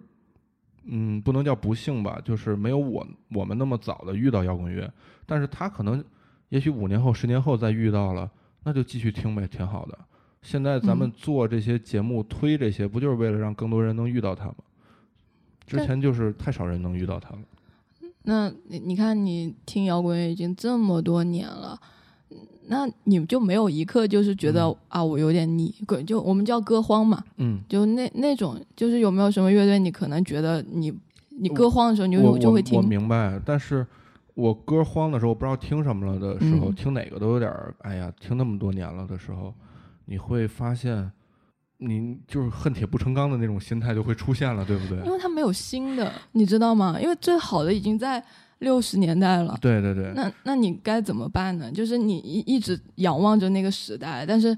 S3: 嗯，不能叫不幸吧，就是没有我我们那么早的遇到摇滚乐，但是他可能也许五年后、十年后再遇到了，那就继续听呗，挺好的。现在咱们
S2: 嗯
S3: 做这些节目、推这些，不就是为了让更多人能遇到他吗？之
S2: 但
S3: 前就是太少人能遇到他了。
S2: 那你你看，你听摇滚乐已经这么多年了，嗯那你们就没有一刻就是觉得、
S3: 嗯
S2: 啊，我有点腻，滚就我们叫歌荒嘛，
S3: 嗯，
S2: 就那那种，就是有没有什么乐队，你可能觉得你你
S3: 我
S2: 歌荒的时候，你
S3: 我
S2: 就就会
S3: 我。我
S2: 听，
S3: 明白，但是我歌荒的时候，我不知道听什么了的时候，
S2: 嗯
S3: 听哪个都有点儿，哎呀，听那么多年了的时候，你会发现，你就是恨铁不成钢的那种心态就会出现了，对不
S2: 因
S3: 对？
S2: 为它没有新的，你知道吗？因为最好的已经在六十年代了。
S3: 对对对，
S2: 那那你该怎么办呢？就是你一一直仰望着那个时代，但是，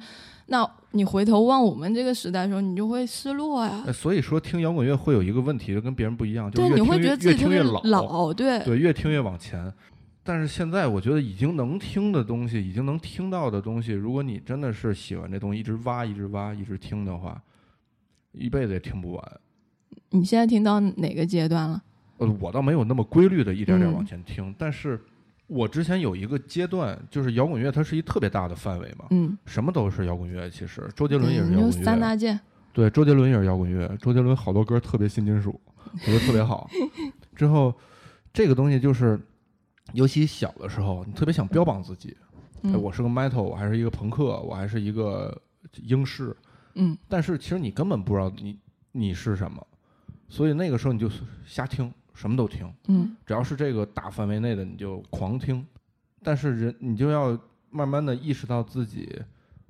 S2: 那你回头望我们这个时代的时候，你就会失落呀
S3: 呃。所以说听摇滚乐会有一个问题，就跟别人不一样，就
S2: 对，
S3: 越
S2: 你
S3: 听
S2: 会
S3: 越
S2: 觉得自
S3: 越
S2: 己特
S3: 听
S2: 别
S3: 越
S2: 老，对，
S3: 对，越听越往前。但是现在我觉得已经能听的东西，已经能听到的东西，如果你真的是喜欢这东西，一直挖，一直挖，一直听的话，一辈子也听不完。
S2: 你现在听到哪个阶段了？
S3: 呃，我倒没有那么规律的一点点往
S2: 嗯
S3: 前听，但是我之前有一个阶段，就是摇滚乐它是一特别大的范围嘛，
S2: 嗯，
S3: 什么都是摇滚乐。其实周杰伦
S2: 对，
S3: 也是
S2: 你
S3: 摇
S2: 就
S3: 滚
S2: 三
S3: 乐，
S2: 大件，
S3: 对，周杰伦也是摇滚乐。周杰伦好多歌特别新金属，我觉得特 别好。之后这个东西就是，尤其小的时候，你特别想标榜自己，哎
S2: 嗯
S3: 我是个 metal，我还是一个朋克，我还是一个英式，
S2: 嗯，
S3: 但是其实你根本不知道你你是什么，所以那个时候你就瞎听，什么都听，
S2: 嗯，
S3: 只要是这个大范围内的你就狂听，但是人你就要慢慢的意识到自己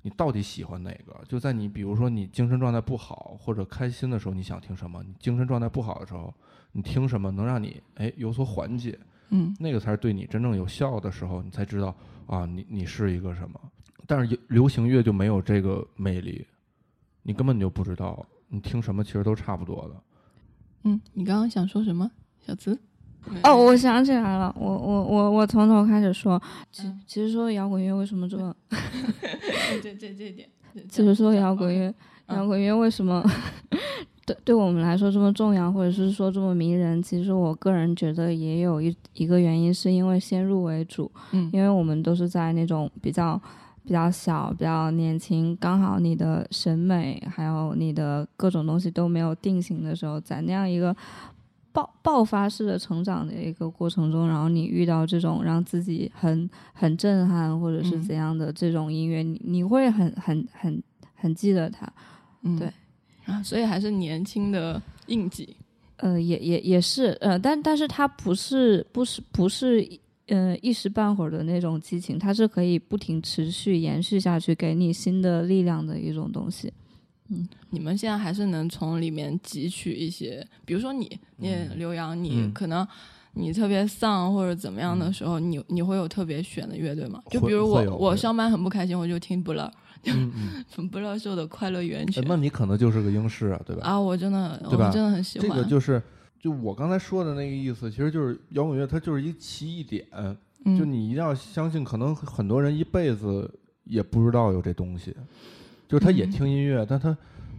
S3: 你到底喜欢哪个，就在你比如说你精神状态不好或者开心的时候，你想听什么；你精神状态不好的时候，你听什么能让你哎有所缓解，
S2: 嗯，
S3: 那个才是对你真正有效的时候，你才知道啊，你你是一个什么。但是流流行乐就没有这个魅力，你根本就不知道你听什么，其实都差不多的。
S2: 嗯，你刚刚想说什么，小资？
S4: 哦，我想起来了，我我我我从头开始说，其
S2: 嗯
S4: 其实说摇滚乐为什么这么
S2: 对对对，这点，
S4: 就是说摇滚乐，
S2: 嗯
S4: 摇滚乐为什么对对我们来说这么重要，或者是说这么迷人？其实我个人觉得也有一一个原因，是因为先入为主，
S2: 嗯
S4: 因为我们都是在那种比较比较小、比较年轻，刚好你的审美还有你的各种东西都没有定型的时候，在那样一个。爆爆发式的成长的一个过程中，然后你遇到这种让自己很很震撼或者是
S2: 嗯
S4: 怎样的这种音乐，你你会很很很很记得它。
S2: 嗯
S4: 对
S2: 啊，所以还是年轻的印记，
S4: 呃，也也也是，呃，但但是它不是不是不是，呃，一时半会儿的那种激情，它是可以不停持续延续下去，给你新的力量的一种东西。
S2: 你们现在还是能从里面汲取一些，比如说你，你也
S3: 嗯
S2: 刘洋，你
S3: 嗯
S2: 可能你特别丧或者怎么样的时候，你你会有特别选的乐队吗？就
S3: 会
S2: 比如
S3: 会有
S2: 我，
S3: 会有
S2: 我上班很不开心，我就听不乐，
S3: 嗯 嗯，
S2: 不乐是我的快乐源泉
S3: 哎那你可能就是个英式啊，对吧？
S2: 啊，我真的，
S3: 对吧
S2: 我真的很喜
S3: 这
S2: 欢，
S3: 个就是就我刚才说的那个意思，其实就是摇滚乐它就是一奇异点，
S2: 嗯
S3: 就你一定要相信，可能很多人一辈子也不知道有这东西，就是他也
S2: 嗯
S3: 听音乐，但他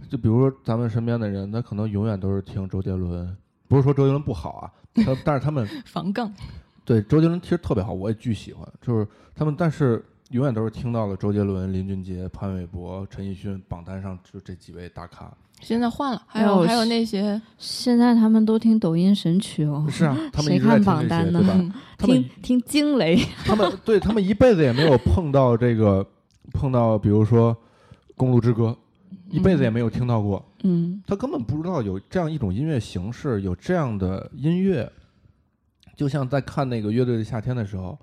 S3: 就比如说咱们身边的人，他可能永远都是听周杰伦，不是说周杰伦不好啊，他但是他 们
S2: 防杠，
S3: 对周杰伦其实特别好，我也巨喜欢，就是他们，但是永远都是听到了周杰伦、林俊杰、潘玮柏、陈奕迅榜单上就这几位大
S4: 嗯
S3: 咖，
S2: 现在换了，还
S4: 哎
S2: 有
S4: 呦
S2: 还有那些
S4: 现在他们都听抖音神曲哦，
S3: 是啊，他们一
S4: 谁
S3: 直在
S4: 看
S3: 听
S4: 榜
S3: 这些，
S4: 单呢
S3: 对
S2: 嗯
S3: 吧？他们
S4: 听听惊雷，
S3: 他们对他们一辈子也没有碰到这个，碰到比如说《公路之歌》，一辈子也没有听到过，
S4: 嗯
S3: 他根本不知道有这样一种音乐形式，有这样的音乐。就像在看那个乐队的夏天的时候，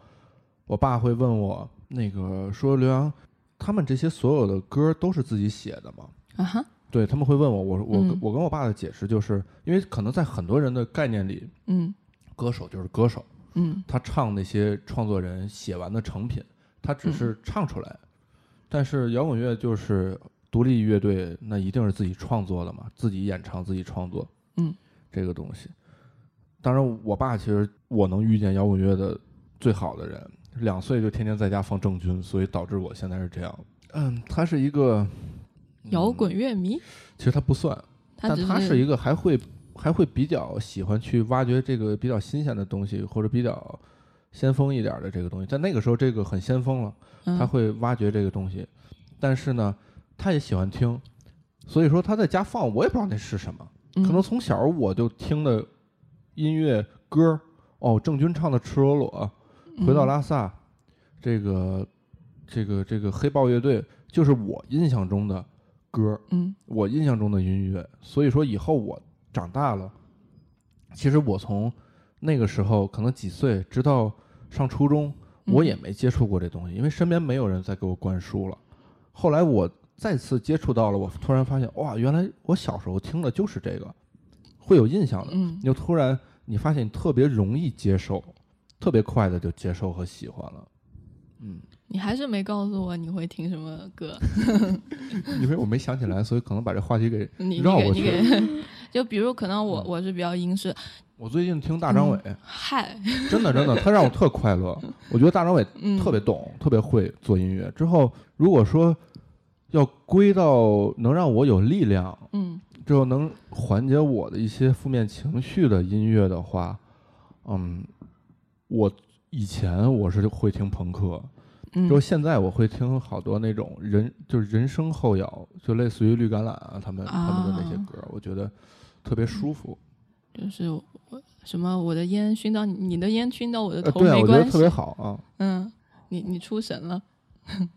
S3: 我爸会问我那个说刘洋，他们这些所有的歌都是自己写的吗？
S2: 啊哈，
S3: 对他们会问我，我我、
S2: 嗯
S3: 我跟我爸的解释就是，因为可能在很多人的概念里，
S2: 嗯
S3: 歌手就是歌手，
S2: 嗯
S3: 他唱那些创作人写完的成品，他只是唱出来。但是摇滚乐就是独立乐队，那一定是自己创作的嘛，自己演唱，自己创作。
S2: 嗯，
S3: 这个东西。当然，我爸其实我能遇见摇滚乐的最好的人，两岁就天天在家放郑钧，所以导致我现在是这样。嗯，他是一个嗯
S2: 摇滚乐迷，
S3: 其实他不算，
S2: 他只
S3: 但他是一个还会还会比较喜欢去挖掘这个比较新鲜的东西，或者比较先锋一点的这个东西。在那个时候，这个很先锋了，他
S2: 嗯
S3: 会挖掘这个东西。但是呢，他也喜欢听，所以说他在家放，我也不知道那是什么。
S2: 嗯
S3: 可能从小我就听的音乐歌，哦，郑钧唱的《赤裸裸》，
S2: 嗯
S3: 回到拉萨，这个这个这个黑豹乐队就是我印象中的歌。
S2: 嗯
S3: 我印象中的音乐。所以说，以后我长大了，其实我从那个时候可能几岁，直到上初中，
S2: 嗯
S3: 我也没接触过这东西，因为身边没有人再给我灌输了。后来我再次接触到了，我突然发现，哇，原来我小时候听的就是这个，会有印象的。
S2: 嗯
S3: 你就突然你发现你特别容易接受，特别快的就接受和喜欢 了。嗯，
S2: 你还是没告诉我你会听什么歌，
S3: 因为我没想起来，所以可能把这话题给
S2: 你你
S3: 绕
S2: 给
S3: 过
S2: 你
S3: 去。
S2: 给， 就比如可能我
S3: 嗯
S2: 我是比较英式，嗯
S3: 我最近听大张伟，
S2: 嗨，
S3: 真的真的，他让我特快乐。我觉得大张伟
S2: 嗯，
S3: 特别懂，特别会做音乐。之后如果说要归到能让我有力量，
S2: 嗯
S3: 之后能缓解我的一些负面情绪的音乐的话，嗯，我以前我是会听朋克，
S2: 嗯
S3: 之后现在我会听好多那种人就是人声后摇，就类似于绿橄榄啊他们他们的那些
S2: 啊
S3: 歌，我觉得特别舒服。
S2: 就是我什么我的烟熏到你，你的烟熏到我的
S3: 呃，
S2: 头
S3: 对啊，
S2: 没
S3: 我觉得
S2: 关系
S3: 特，别好啊。
S2: 嗯，你你出神了，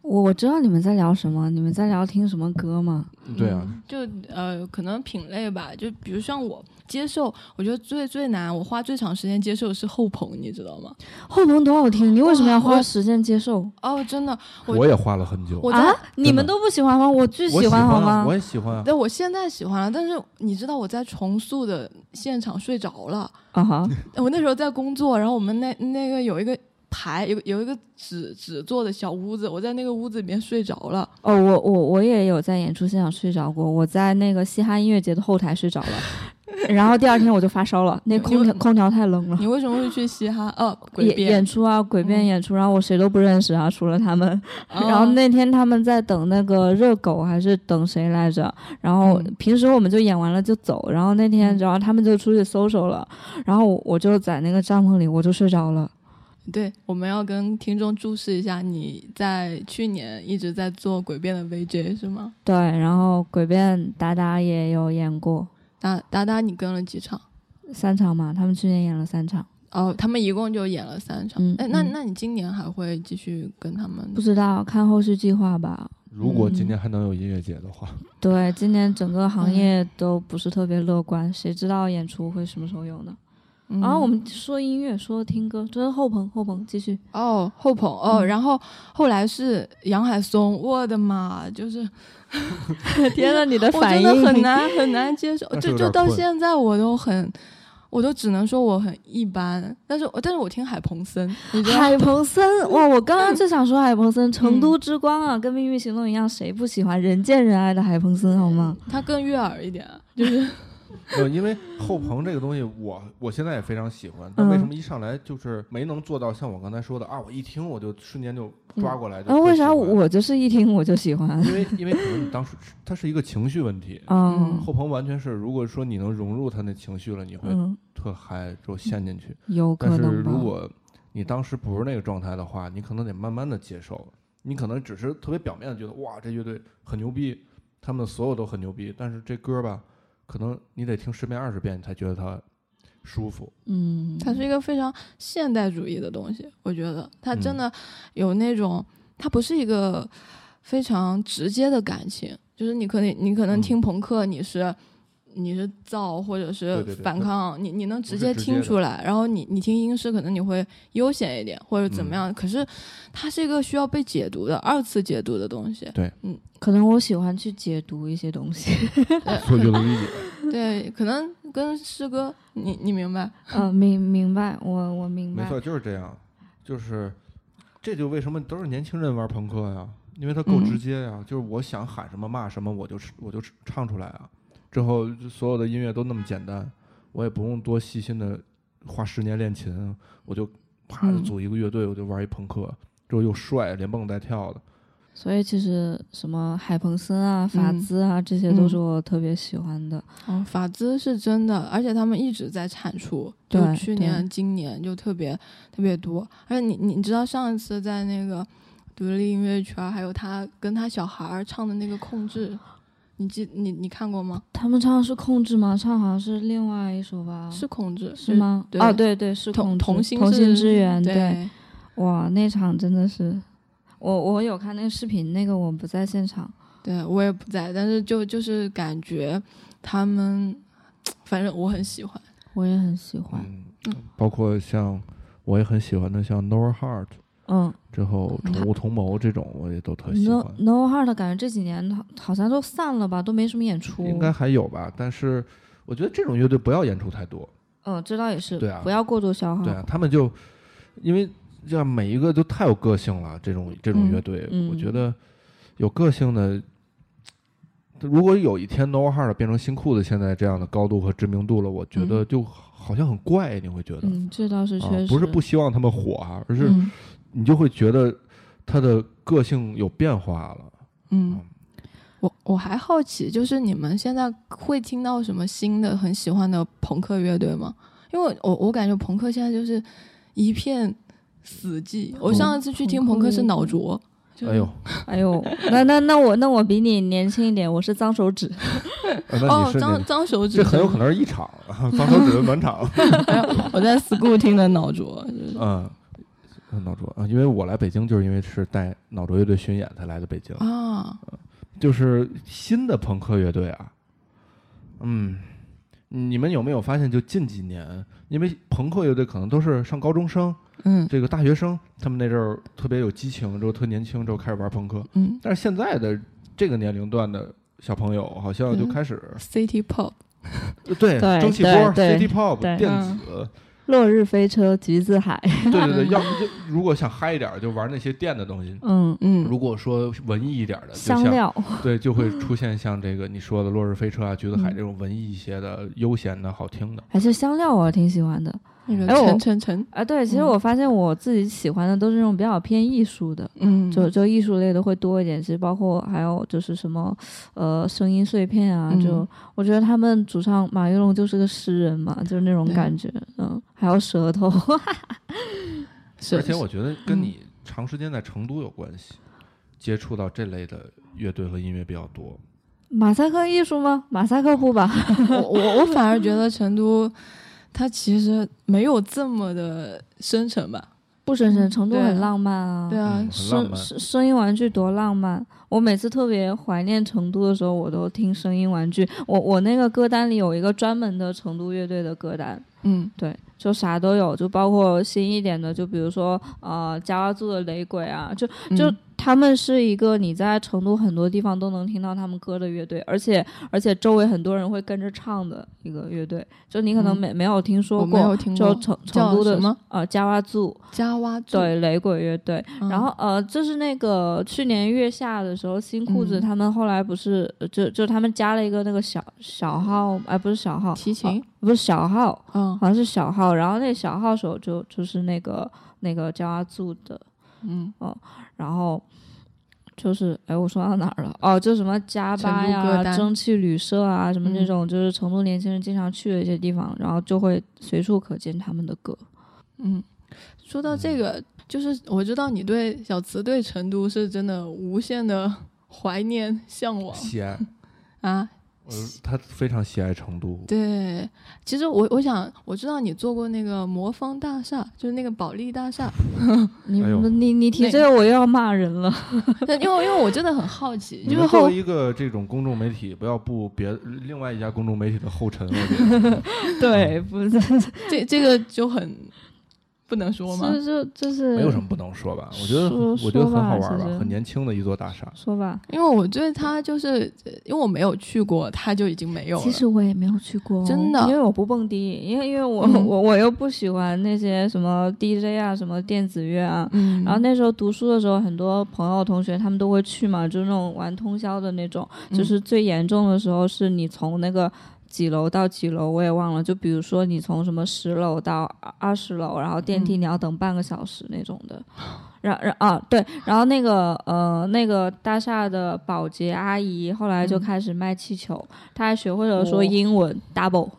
S4: 我我知道你们在聊什么，你们在聊听什么歌吗？
S3: 对啊，
S2: 就呃，可能品类吧，就比如像我接受，我觉得最最难，我花最长时间接受的是后朋，你知道吗？
S4: 后朋多好听，你为什么要
S2: 哇
S4: 花
S2: 我
S4: 时间接受
S2: 哦，真的，我
S3: 我也花了很久。
S2: 我在
S4: 啊？你们都不喜欢吗？我巨
S3: 我
S4: 欢好
S3: 啊
S4: 吗
S3: 我？也喜欢啊。
S2: 对我现在喜欢了，但是你知道我在重塑的现场睡着了，
S4: 啊哈，
S2: 我那时候在工作，然后我们那那个有一个牌，有有一个纸纸做的小屋子，我在那个屋子里面睡着了，
S4: 哦，我我我也有在演出现场睡着过，我在那个嘻哈音乐节的后台睡着了， 然后第二天我就发烧了，那空调空调太冷了
S2: 你。为什么会 去嘻哈？哦，鬼
S4: 演
S2: 边
S4: 演，出啊，鬼变
S2: 嗯
S4: 演出，然后我谁都不认识啊，除了他们。
S2: 哦
S4: 然后那天他们在等那个热狗还是等谁来着？然后
S2: 嗯
S4: 平时我们就演完了就走，然后那天
S2: 嗯
S4: 然后他们就出去搜搜了，然后我我就在那个帐篷里我就睡着了。
S2: 对，我们要跟听众注释一下，你在去年一直在做鬼变的 VJ 是吗？
S4: 对，然后鬼变达达也有演过
S2: 达达达，你跟了几场？
S4: 三场嘛，他们去年演了三场，
S2: 哦，他们一共就演了三场。
S4: 嗯
S2: 哎、那
S4: 嗯
S2: 那你今年还会继续跟他们？
S4: 不知道看后续计划吧。
S3: 如果今
S2: 嗯
S3: 年还能有音乐节的 话，
S4: 对，今年整个行业都不是特别乐观，谁知道演出会什么时候有呢？
S2: 嗯
S4: 然后啊我们说音乐，说听歌，这是后朋后朋继续。
S2: 哦后捧哦，
S4: 嗯
S2: 然后后来是杨海松，我的妈，就是
S4: 天呐， 你的
S2: 我真的很难很难接受，
S3: 但是
S2: 就
S3: 有
S2: 就
S3: 点
S2: 到
S3: 困
S2: 现在我都很。我都只能说我很一般，但是我但是我听海鹏森，你知道吗
S4: 海鹏 森，哇！我刚刚就想说海鹏森，《成都之光》啊，跟《命运行动》一样，谁不喜欢人见人爱的海鹏森好吗？
S2: 他更悦耳一点，就是
S3: 没呃有，因为后棚这个东西我，我现在也非常喜欢，
S4: 嗯
S3: 但为什么一上来就是没能做到像我刚才说的啊？我一听我就瞬间就抓过来就
S4: 那
S3: 特喜欢。
S4: 嗯啊为啥我就是一听我就喜欢？
S3: 因为因为可能你当时它是一个情绪问 题，
S4: 嗯
S3: 后棚完全是，如果说你能融入他那情绪了，你会
S4: 嗯，
S3: 特嗨，就陷进去。
S4: 有
S3: 但
S4: 可
S3: 是
S4: 能吧
S3: 如。果你当时不是那个状态的话，你可能得慢慢的接受，你可能只是特别表面的觉得哇，这乐队很牛逼，他们的所有都很牛逼，但是这歌吧，可能你得听十遍二十遍，你才觉得它舒 服。
S4: 嗯，
S2: 它是一个非常现代主义的东西，我觉得它真
S3: 嗯
S2: 的有那种，它不是一个非常直接的感情，就是你可以，你可能
S3: 嗯
S2: 听朋克，你是。你是造或者是
S3: 对对对
S2: 反
S3: 它
S2: 抗，你你能直
S3: 不是
S2: 接
S3: 直
S2: 听
S3: 接
S2: 出来，然后你你听英式可能你会悠闲一点或者怎么
S3: 嗯
S2: 样，可是它是一个需要被解读的二次解读的东 西，
S4: 可能我喜欢去解读一些东西。
S3: 错觉的理解，
S2: 对，可能跟诗歌你你明白，
S4: 嗯，明明白，我我明
S3: 没
S4: 白。
S3: 错，就是这样，就是这就为什么都是年轻人玩朋克呀，因为它够
S2: 嗯
S3: 直接呀，就是我想喊什么骂什么，我就是我就唱出来啊，之后就所有的音乐都那么简单，我也不用多细心的花十年练琴，我就啪就
S2: 嗯
S3: 组一个乐队，我就玩一朋克，之后又帅，连蹦带跳的，
S4: 所以其实什么海鹏森啊、法
S2: 嗯
S4: 兹啊，这些都
S2: 嗯
S4: 是我特别喜欢的。
S2: 哦，法资是真的，而且他们一直在产出，就
S4: 对
S2: 去
S4: 对
S2: 年、今年就特别特别多。而且你你知道上一次在那个独立音乐圈，还有他跟他小孩儿唱的那个《控制》，你记你你看过吗？
S4: 他们唱的是《控制》吗？唱好像是另外一首吧？
S2: 是《控制》
S4: 是？吗？
S2: 对
S4: 哦，对对，是
S2: 同
S4: 控制
S2: 同心
S4: 同心之源。
S2: 对，
S4: 对，哇，那场真的是，我我有看那个视频，那个我不在现场。
S2: 对我也不在，但是就就是感觉他们，反正我很喜欢。
S4: 我也很喜欢，
S3: 嗯
S2: 嗯，
S3: 包括像我也很喜欢的像 No Heart。
S4: 嗯
S3: 之后，
S2: 嗯
S3: 宠物同谋这种我也都特喜
S4: n
S3: 欢。
S4: o No Heart 感觉这几年好好像都散了吧，都没什么演出。
S3: 应该还有吧，但是我觉得这种乐队不要演出太多。
S4: 嗯，这倒也是，
S3: 对啊
S4: 不要过度消耗。
S3: 对啊，他们就因为这样每一个都太有个性了，这种这种
S4: 嗯
S3: 乐队，
S4: 嗯
S3: 我觉得有个性的，如果有一天 No Heart 变成新裤子现在这样的高度和知名度了，我觉得就好像很怪，你会觉得、
S4: 嗯，这倒是确
S3: 啊
S4: 实、，
S3: 不是不希望他们火啊，而是
S2: 嗯
S3: 你就会觉得他的个性有变化了。
S2: 嗯，我我还好奇，就是你们现在会听到什么新的很喜欢的朋克乐队吗？因为我我感觉朋克现在就是一片死寂。我上一次去听朋克是脑浊，就是
S3: 哎呦，
S4: 哎呦，那那那我那我比你年轻一点，我是脏手指。
S3: 啊那
S2: 哦
S3: 你，是
S2: 脏
S3: 你
S2: 脏手指，
S3: 这很有可能是一 场，放手指的满场。
S2: 我在 school 听的脑浊，就是
S3: 嗯，嗯脑浊啊，因为我来北京就是因为是带脑浊乐队巡演才来的北京，
S2: 啊，
S3: 就是新的朋克乐队啊，嗯，你们有没有发现，就近几年，因为朋克乐队可能都是上高中生，
S2: 嗯
S3: 这个大学生，他们那阵儿特别有激情，之后特年轻，之后开始玩朋克，
S2: 嗯
S3: 但是现在的这个年龄段的。小朋友好像就
S2: 嗯
S3: 开始、
S2: ，city pop，
S3: 对
S4: 对
S3: 蒸汽波
S4: 对、对
S3: City Pop、
S4: 对嗯
S3: 电子，
S4: 落日飞车，橘子 海。
S3: 对对对，要不 就如果想嗨一点儿，就玩那些电的东西，
S4: 嗯，
S3: 如
S2: 嗯
S3: 果说文艺一点
S2: 呃
S3: 的，就
S4: 香
S3: 像
S4: 料。
S3: 对，就 会出现像这个你说的《落日飞车》啊、《橘子海》
S4: 嗯
S3: 这种文艺一些的、悠闲的、好听的。
S4: 还是香料，我挺喜欢的
S2: 那个
S4: 哎我
S2: 陈陈陈，
S4: 啊。对，其实
S2: 嗯
S4: 我发现我自己喜欢的都是那种比较偏艺术的，
S2: 嗯，
S4: 就就艺术类的会多一点。其实包括还有就是什么，呃，声音碎片啊，
S2: 嗯
S4: 就我觉得他们主唱马玉龙就是个诗人嘛，就是那种
S2: 对
S4: 感觉。嗯，还有舌头，
S2: 是
S3: 而且我觉得跟
S2: 嗯
S3: 你长时间在成都有关系，接触到这类的乐队和音乐比较多。
S4: 马赛克艺术吗？马赛克不吧？
S2: 我我我反而觉得成都，它其实没有这么的深沉吧。
S4: 不深深，成都
S2: 嗯对
S4: 很浪漫啊。
S2: 对啊
S3: 嗯，很浪
S4: 声
S3: 漫
S4: 声声音玩具多浪漫！我每次特别怀念成都的时候，我都听声音玩具。我我那个歌单里有一个专门的成都乐队的歌单，
S2: 嗯
S4: 对，就啥都有，就包括新一点的，就比如说呃，加拉族的雷鬼啊，就就
S2: 嗯
S4: 他们是一个你在成都很多地方都能听到他们歌的乐队，而且而且周围很多人会跟着唱的一个乐队，就你可能
S2: 嗯
S4: 没、没有听说
S2: 我没有
S4: 过，
S2: 听
S4: 就
S2: 过
S4: 成成
S2: 叫
S4: 都的
S2: 什么
S4: 呃加瓦族
S2: 加哇族，
S4: 对雷鬼乐队，
S2: 嗯
S4: 然后呃，就是那个去年月下的时候，新裤子
S2: 嗯
S4: 他们后来不是呃就就他们加了一个那个小小号，哎、不是小号，
S2: 提琴，
S4: 不是小号，
S2: 嗯
S4: 好像是小号。然后那小号手就就是那个那个叫阿祖的，
S2: 嗯，
S4: 然后就是哎，我说到哪儿了？哦，就什么加巴
S2: 成都歌
S4: 呀、
S2: 单
S4: 蒸汽旅社啊，什么这
S2: 嗯
S4: 种就是成都年轻人经常去的一些地方，然后就会随处可见他们的歌。
S2: 嗯，说到这个，就是我知道你对小慈对成都是真的无限的 怀念向往
S3: 喜 爱，
S2: 啊。
S3: 呃，他非常喜爱成都。
S2: 对，其实我我想我知道你做过那个魔方大厦，就是那个保利大 厦，
S4: 你、
S3: 哎呦
S4: 你你提
S2: 那
S4: 这个我又要骂人了。
S2: 但因为因为我真的很好奇，因
S3: 你
S2: 为
S3: 们作
S2: 后
S3: 为一个这种公众媒体，不要步别另外一家公众媒体的后尘，我觉得
S4: 对，不是。
S2: 这这个就很不能说嘛。
S4: 就就就是
S3: 没有什么不能说吧。我觉得很
S4: 嗯说
S3: 我觉得很好
S4: 说
S3: 玩
S4: 吧其
S3: 吧，
S4: 实
S3: 很年轻的一座大厦。
S4: 说吧。
S2: 因为我对它就是，呃因为我没有去过，它就已经没有了。
S4: 其实我也没有去过哦，
S2: 真的
S4: 因为我不蹦迪，因为因为我、
S2: 嗯
S4: 我我又不喜欢那些什么 DJ 啊，什么电子乐啊。
S2: 嗯，
S4: 然后那时候读书的时候，很多朋友同学他们都会去嘛，就是那种玩通宵的那种。
S2: 嗯
S4: 就是最严重的时候，是你从那个几楼到几楼，我也忘了。就比如说你从什么十楼到二二十楼，然后电梯
S2: 嗯
S4: 你要等半个小时那种的。然然啊，对，然后那个呃，那个大厦的保洁阿姨后来就
S2: 嗯
S4: 开始卖气球，她还学会了说
S2: 哦
S4: 英文 double，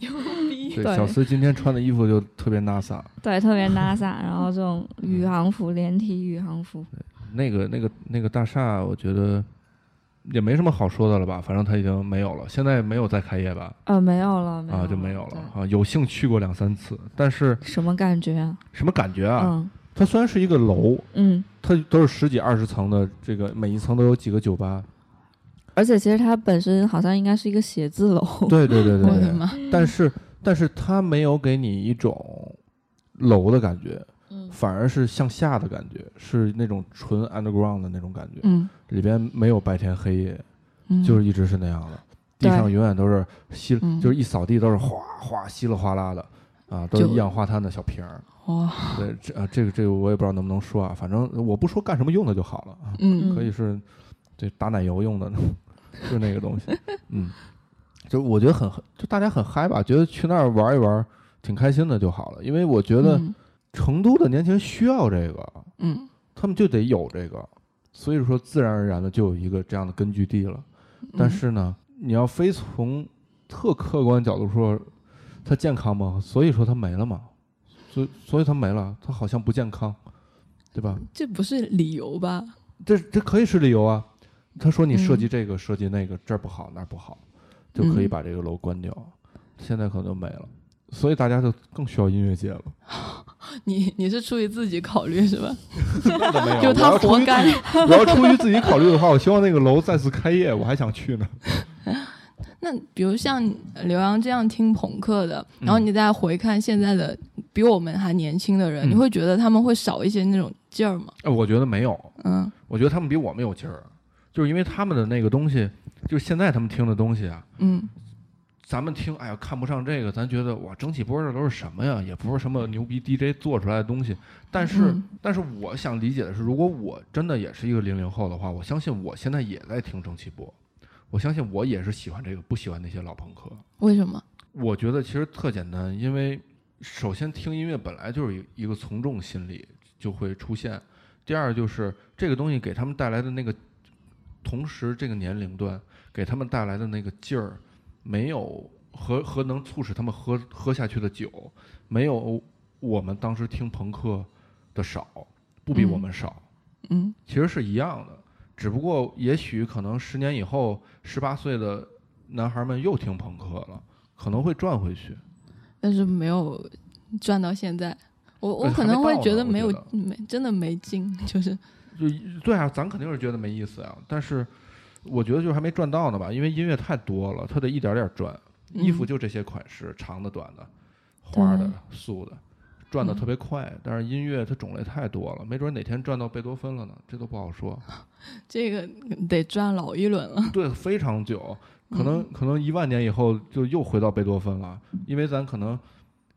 S3: 对，
S4: 对
S3: 小思今天穿的衣服就特别 NASA，
S4: 对，特别 NASA，然后这种宇
S3: 嗯
S4: 航服连体宇航服，
S3: 那个那个那个大厦，我觉得也没什么好说的了吧，反正它已经没有了，现在没有再开业吧，
S4: 呃，没有了，
S3: 啊，就没有
S4: 对
S3: 了啊。有幸去过两三次，但是
S4: 什么感觉啊？
S3: 什么感觉啊？
S4: 嗯
S3: 它虽然是一个楼，
S4: 嗯，
S3: 它都是十几二十层的，这个每一层都有几个酒吧。
S4: 而且其实它本身好像应该是一个写字楼，
S3: 对对 对
S2: 我
S3: 对
S2: 的
S3: 对。
S2: 妈！
S3: 但是但是它没有给你一种楼的感觉，
S4: 嗯
S3: 反而是向下的感觉，是那种纯 underground 的那种感觉，
S2: 嗯，
S3: 里边没有白天黑夜，
S2: 嗯
S3: 就是一直是那样的。地
S4: 对
S3: 上永远都是稀，
S2: 嗯
S3: 就是一扫地都是哗哗稀里哗啦的，啊，都是
S2: 就
S3: 一氧化碳的小瓶 儿。
S2: 哇，
S3: 对，这啊，这个这个我也不知道能不能说啊，反正我不说干什么用的就好了啊，
S2: 嗯
S3: 可以是对打奶油用的， 就那 个东西，嗯，就我觉得很就大家很嗨吧，觉得去那儿玩一玩挺开心的就好了，因为我觉得
S2: 嗯
S3: 成都的年轻人需要这个，
S2: 嗯
S3: 他们就得有这个，所以说自然而然的就有一个这样的根据地了。
S2: 嗯
S3: 但是呢，你要非从特客观角度说，它健康吗？所以说它没了嘛，所以所以它没了，它好像不健康，对吧？
S2: 这不是理由吧？
S3: 这这可以是理由啊。他说你设计这个、设计那个，这儿不好那儿不好，就可以
S2: 嗯
S3: 把这个楼关掉。现在可能就没了，所以大家就更需要音 乐节了。
S2: 你你是出于自己考虑是吧？
S3: 那倒没有啊
S2: 就他活该。
S3: 我要出于自己考虑的话，我希望那个楼再次开业，我还想去呢。
S2: 那比如像刘洋这样听朋克的，
S3: 嗯
S2: 然后你再回看现在的比我们还年轻的人，
S3: 嗯
S2: 你会觉得他们会少一些那种劲儿吗？
S3: 呃我觉得没有，
S2: 嗯
S3: 我觉得他们比我们有劲儿，啊就是因为他们的那个东西，就是现在他们听的东西啊，
S2: 嗯
S3: 咱们听，哎呀，看不上这个，咱觉得哇，整体波这都是什么呀？也不是什么牛逼 DJ 做出来的东西。但是，
S2: 嗯
S3: 但是我想理解的是，如果我真的也是一个零零后的话，我相信我现在也在听蒸汽波，我相信我也是喜欢这个，不喜欢那些老朋克。
S2: 为什么？
S3: 我觉得其实特简单，因为首先听音乐本来就是一一个从众心理就会出现，第二就是这个东西给他们带来的那个，同时这个年龄段给他们带来的那个劲儿，没有和和能促使他们喝喝下去的酒，没有我们当时听朋克的少，不比我们少。
S2: 嗯
S3: 其实是一样的，只不过也许可能十年以后，十八岁的男孩们又听朋克了，可能会转回去。
S2: 但是没有赚到现在。我我
S3: 对
S2: 可能
S3: 还没
S2: 会
S3: 到呢
S2: 觉得
S3: 我
S2: 没有
S3: 觉
S2: 没真的没劲，就是
S3: 就对啊，咱肯定是觉得没意思啊，但是我觉得就是还没赚到呢吧，因为音乐太多了，它得一点点赚。衣服
S2: 嗯
S3: 就这些款式，长的、短的，花的
S2: 对、
S3: 素的，转的
S2: 嗯
S3: 特别快，但是音乐它种类太多了，没准哪天转到贝多芬了呢，这都不好 说。
S2: 这个得转老一轮了。
S3: 对，非常久，可
S2: 嗯
S3: 能、可能一万年以后就又回到贝多芬了，因为咱可能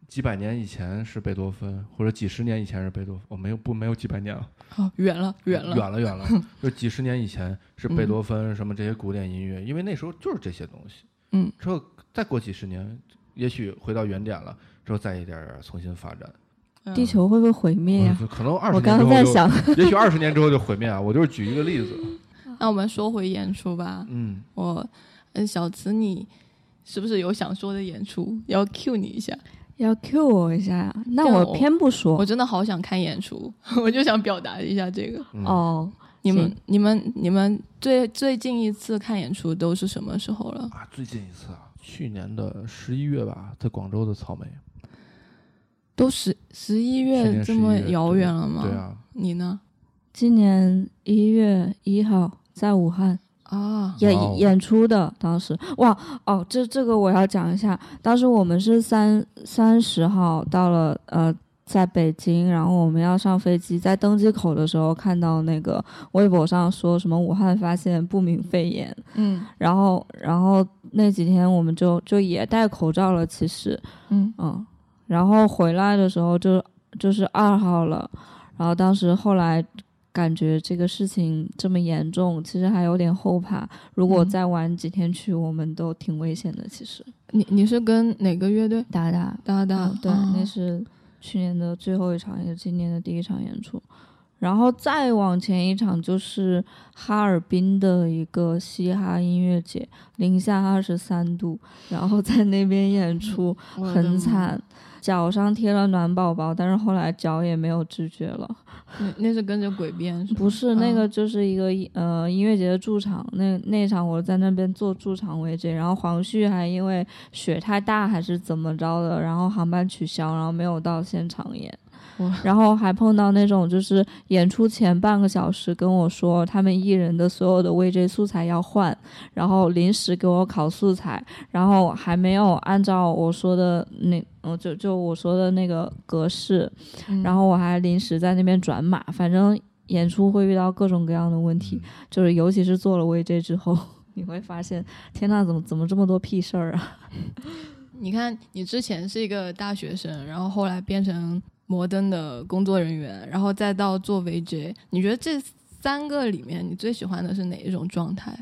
S3: 几百年以前是贝多芬，或者几十年以前是贝多芬，哦，没有不没有几百年了，
S2: 好，哦远了，远了，
S3: 远了 远了，就几十年以前是
S4: 嗯
S3: 贝多芬什么这些古典音乐，因为那时候就是这些东西。
S2: 嗯，
S3: 之后再过几十年，也许回到原点了，之后再一点儿重新发展。
S2: 嗯
S4: 地球会不会毁灭哎呀、
S3: 我可能嗯二
S4: 我
S3: 十年
S4: 刚
S3: 之
S4: 刚
S3: 后
S4: 在
S3: 就，
S4: 想，
S3: 也许二十年之后就毁灭啊！我就是举一个例子，
S2: 那我们说回演出吧。
S3: 嗯，
S2: 我，嗯，小慈，你是不是有想说的演出？要 cue 你一下。
S4: 要 cue 我一下呀，那
S2: 这样
S4: 我
S2: 我
S4: 偏不
S2: 我
S4: 说
S2: 真的好想看演出， 我就想表达一下这个。
S3: 嗯，
S4: 哦。
S2: 你们
S4: 行、
S2: 你们、你们最最近一次看演出都是什么时候了？
S3: 啊，最近一次啊，去年的十一月吧，在广州的草莓，
S2: 都十十一
S3: 去
S2: 月
S3: 年
S2: 这
S3: 11
S2: 么
S3: 月
S2: 遥
S3: 对
S2: 远了
S4: 哦
S2: 吗？
S3: 对。啊，
S2: 你呢？
S4: 今年一月一号在武汉
S2: 啊，
S4: 演、
S3: 哇哦
S4: 演出的，当时哇哦，这这个我要讲一下。当时我们是三三十号到了呃，在北京，然后我们要上飞机，在登机口的时候看到那个微博上说什么武汉发现不明肺炎，
S2: 嗯
S4: 然后然后那几天我们就就也戴口罩了，其实
S2: 嗯，
S4: 嗯，然后回来的时候就就是二号了，然后当时后来感觉这个事情这么严重，其实还有点后怕。如果
S2: 嗯
S4: 再晚几天去，我们都挺危险的。其实，
S2: 你你是跟哪个乐队？
S4: 达达，
S2: 哒哒、
S4: 嗯，对，
S2: 啊
S4: 那是去年的最后一场，也是今年的第一场演出。然后再往前一场就是哈尔滨的一个嘻哈音乐节，零下二十三度，然后在那边演出。
S2: 嗯我的
S4: 很
S2: 妈
S4: 惨，脚上贴了暖宝宝，但是后来脚也没有知觉了。
S2: 那那是跟着鬼编是吗？嗯
S4: 不是那个，就是一个、呃音乐节的驻场，那那场我在那边做驻场位置，然后黄旭还因为雪太大还是怎么着的，然后航班取消，然后没有到现场演
S2: 哇。
S4: 然后还碰到那种就是演出前半个小时跟我说他们艺人的所有的 VJ 素材要换，然后临时给我拷素材，然后还没有按照我说的那嗯就就我说的那个格式，
S2: 嗯
S4: 然后我还临时在那边转码，反正演出会遇到各种各样的问题，
S3: 嗯
S4: 就是尤其是做了 VJ 之后， 你会发现，天呐，怎么怎么这么多屁事儿啊？
S2: 你看，你之前是一个大学生，然后后来变成摩登的工作人员，然后再到做 VJ，你觉得这三个里面，你最喜欢的是哪一种状态？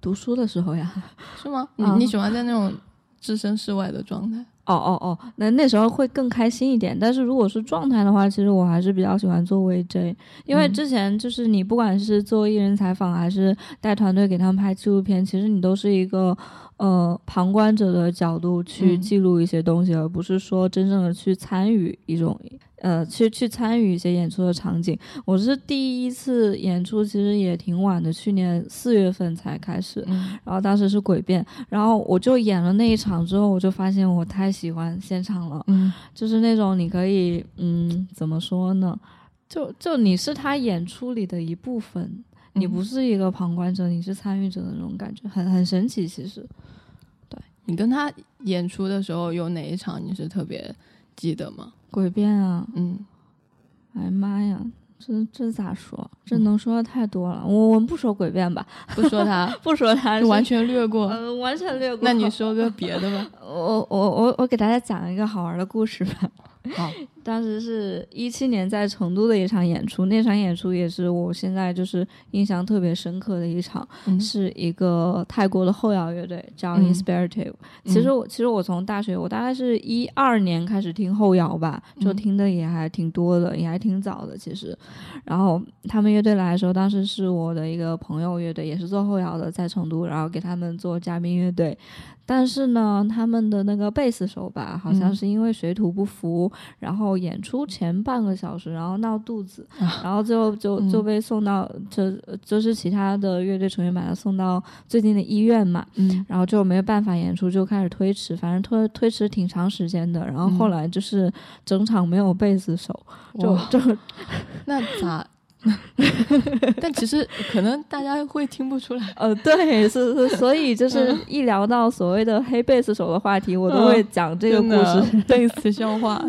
S4: 读书的时候呀，
S2: 是吗？你、
S4: 啊
S2: 你喜欢在那种置身事外的状态？
S4: 哦哦哦，那那时候会更开心一点。但是如果是状态的话，其实我还是比较喜欢做 VJ，因为
S2: 嗯
S4: 之前就是你不管是做艺人采访，还是带团队给他们拍纪录片，其实你都是一个呃旁观者的角度去
S2: 嗯
S4: 记录一些东西，而不是说真正的去参与一种呃去去参与一些演出的场景。我是第一次演出，其实也挺晚的，去年四月份才开始，
S2: 嗯，
S4: 然后当时是诡辩，然后我就演了那一场之后，我就发现我太喜欢现场了，
S2: 嗯
S4: 就是那种你可以，嗯，怎么说呢？就就你是他演出里的一部分，
S2: 嗯
S4: 你不是一个旁观者，你是参与者的那种感觉，很很神奇。其实
S2: 嗯你跟他演出的时候有哪一场你是特别记得吗？
S4: 诡辩啊，
S2: 嗯，
S4: 哎妈呀，这这咋说？这
S2: 嗯
S4: 能说的太多了。我我们不说诡辩吧，，
S2: 不说他
S4: 不说他
S2: 就完全略过。
S4: 呃完全略过。
S2: 那你说个别的 吧。
S4: 我我我我给大家讲一个好玩的故事吧。
S2: 好，
S4: 当时是一七年在成都的一场演出，那场演出也是我现在就是印象特别深刻的一场，
S2: 嗯
S4: 是一个泰国的后摇乐队叫
S2: 嗯
S4: Inspirative。其实我其实我从大学，我大概是一二年开始听后摇吧，就
S2: 嗯
S4: 听的也还挺多的，也还挺早的其实。然后他们乐队来的时候，当时是我的一个朋友乐队，也是做后摇的，在成都，然后给他们做嘉宾乐队。但是呢，他们的那个贝斯手吧，好像
S2: 嗯
S4: 是因为水土不服，然后演出前半个小时，然后闹肚子，
S2: 啊
S4: 然后最后就
S2: 嗯
S4: 就被送到，就就是其他的乐队成员把他送到最近的医院嘛，
S2: 嗯
S4: 然后就没有办法演出，就开始推迟，反正推推迟挺长时间的。然后后
S2: 嗯
S4: 来就是整场没有贝斯手，就
S2: 哇
S4: 就
S2: 那咋但其实可能大家会听不出来。
S4: 呃，对，是 是，所以
S2: 嗯
S4: 就是一聊到所谓的黑贝斯手的话题，我都会讲这个故事。
S2: 事，贝斯笑话，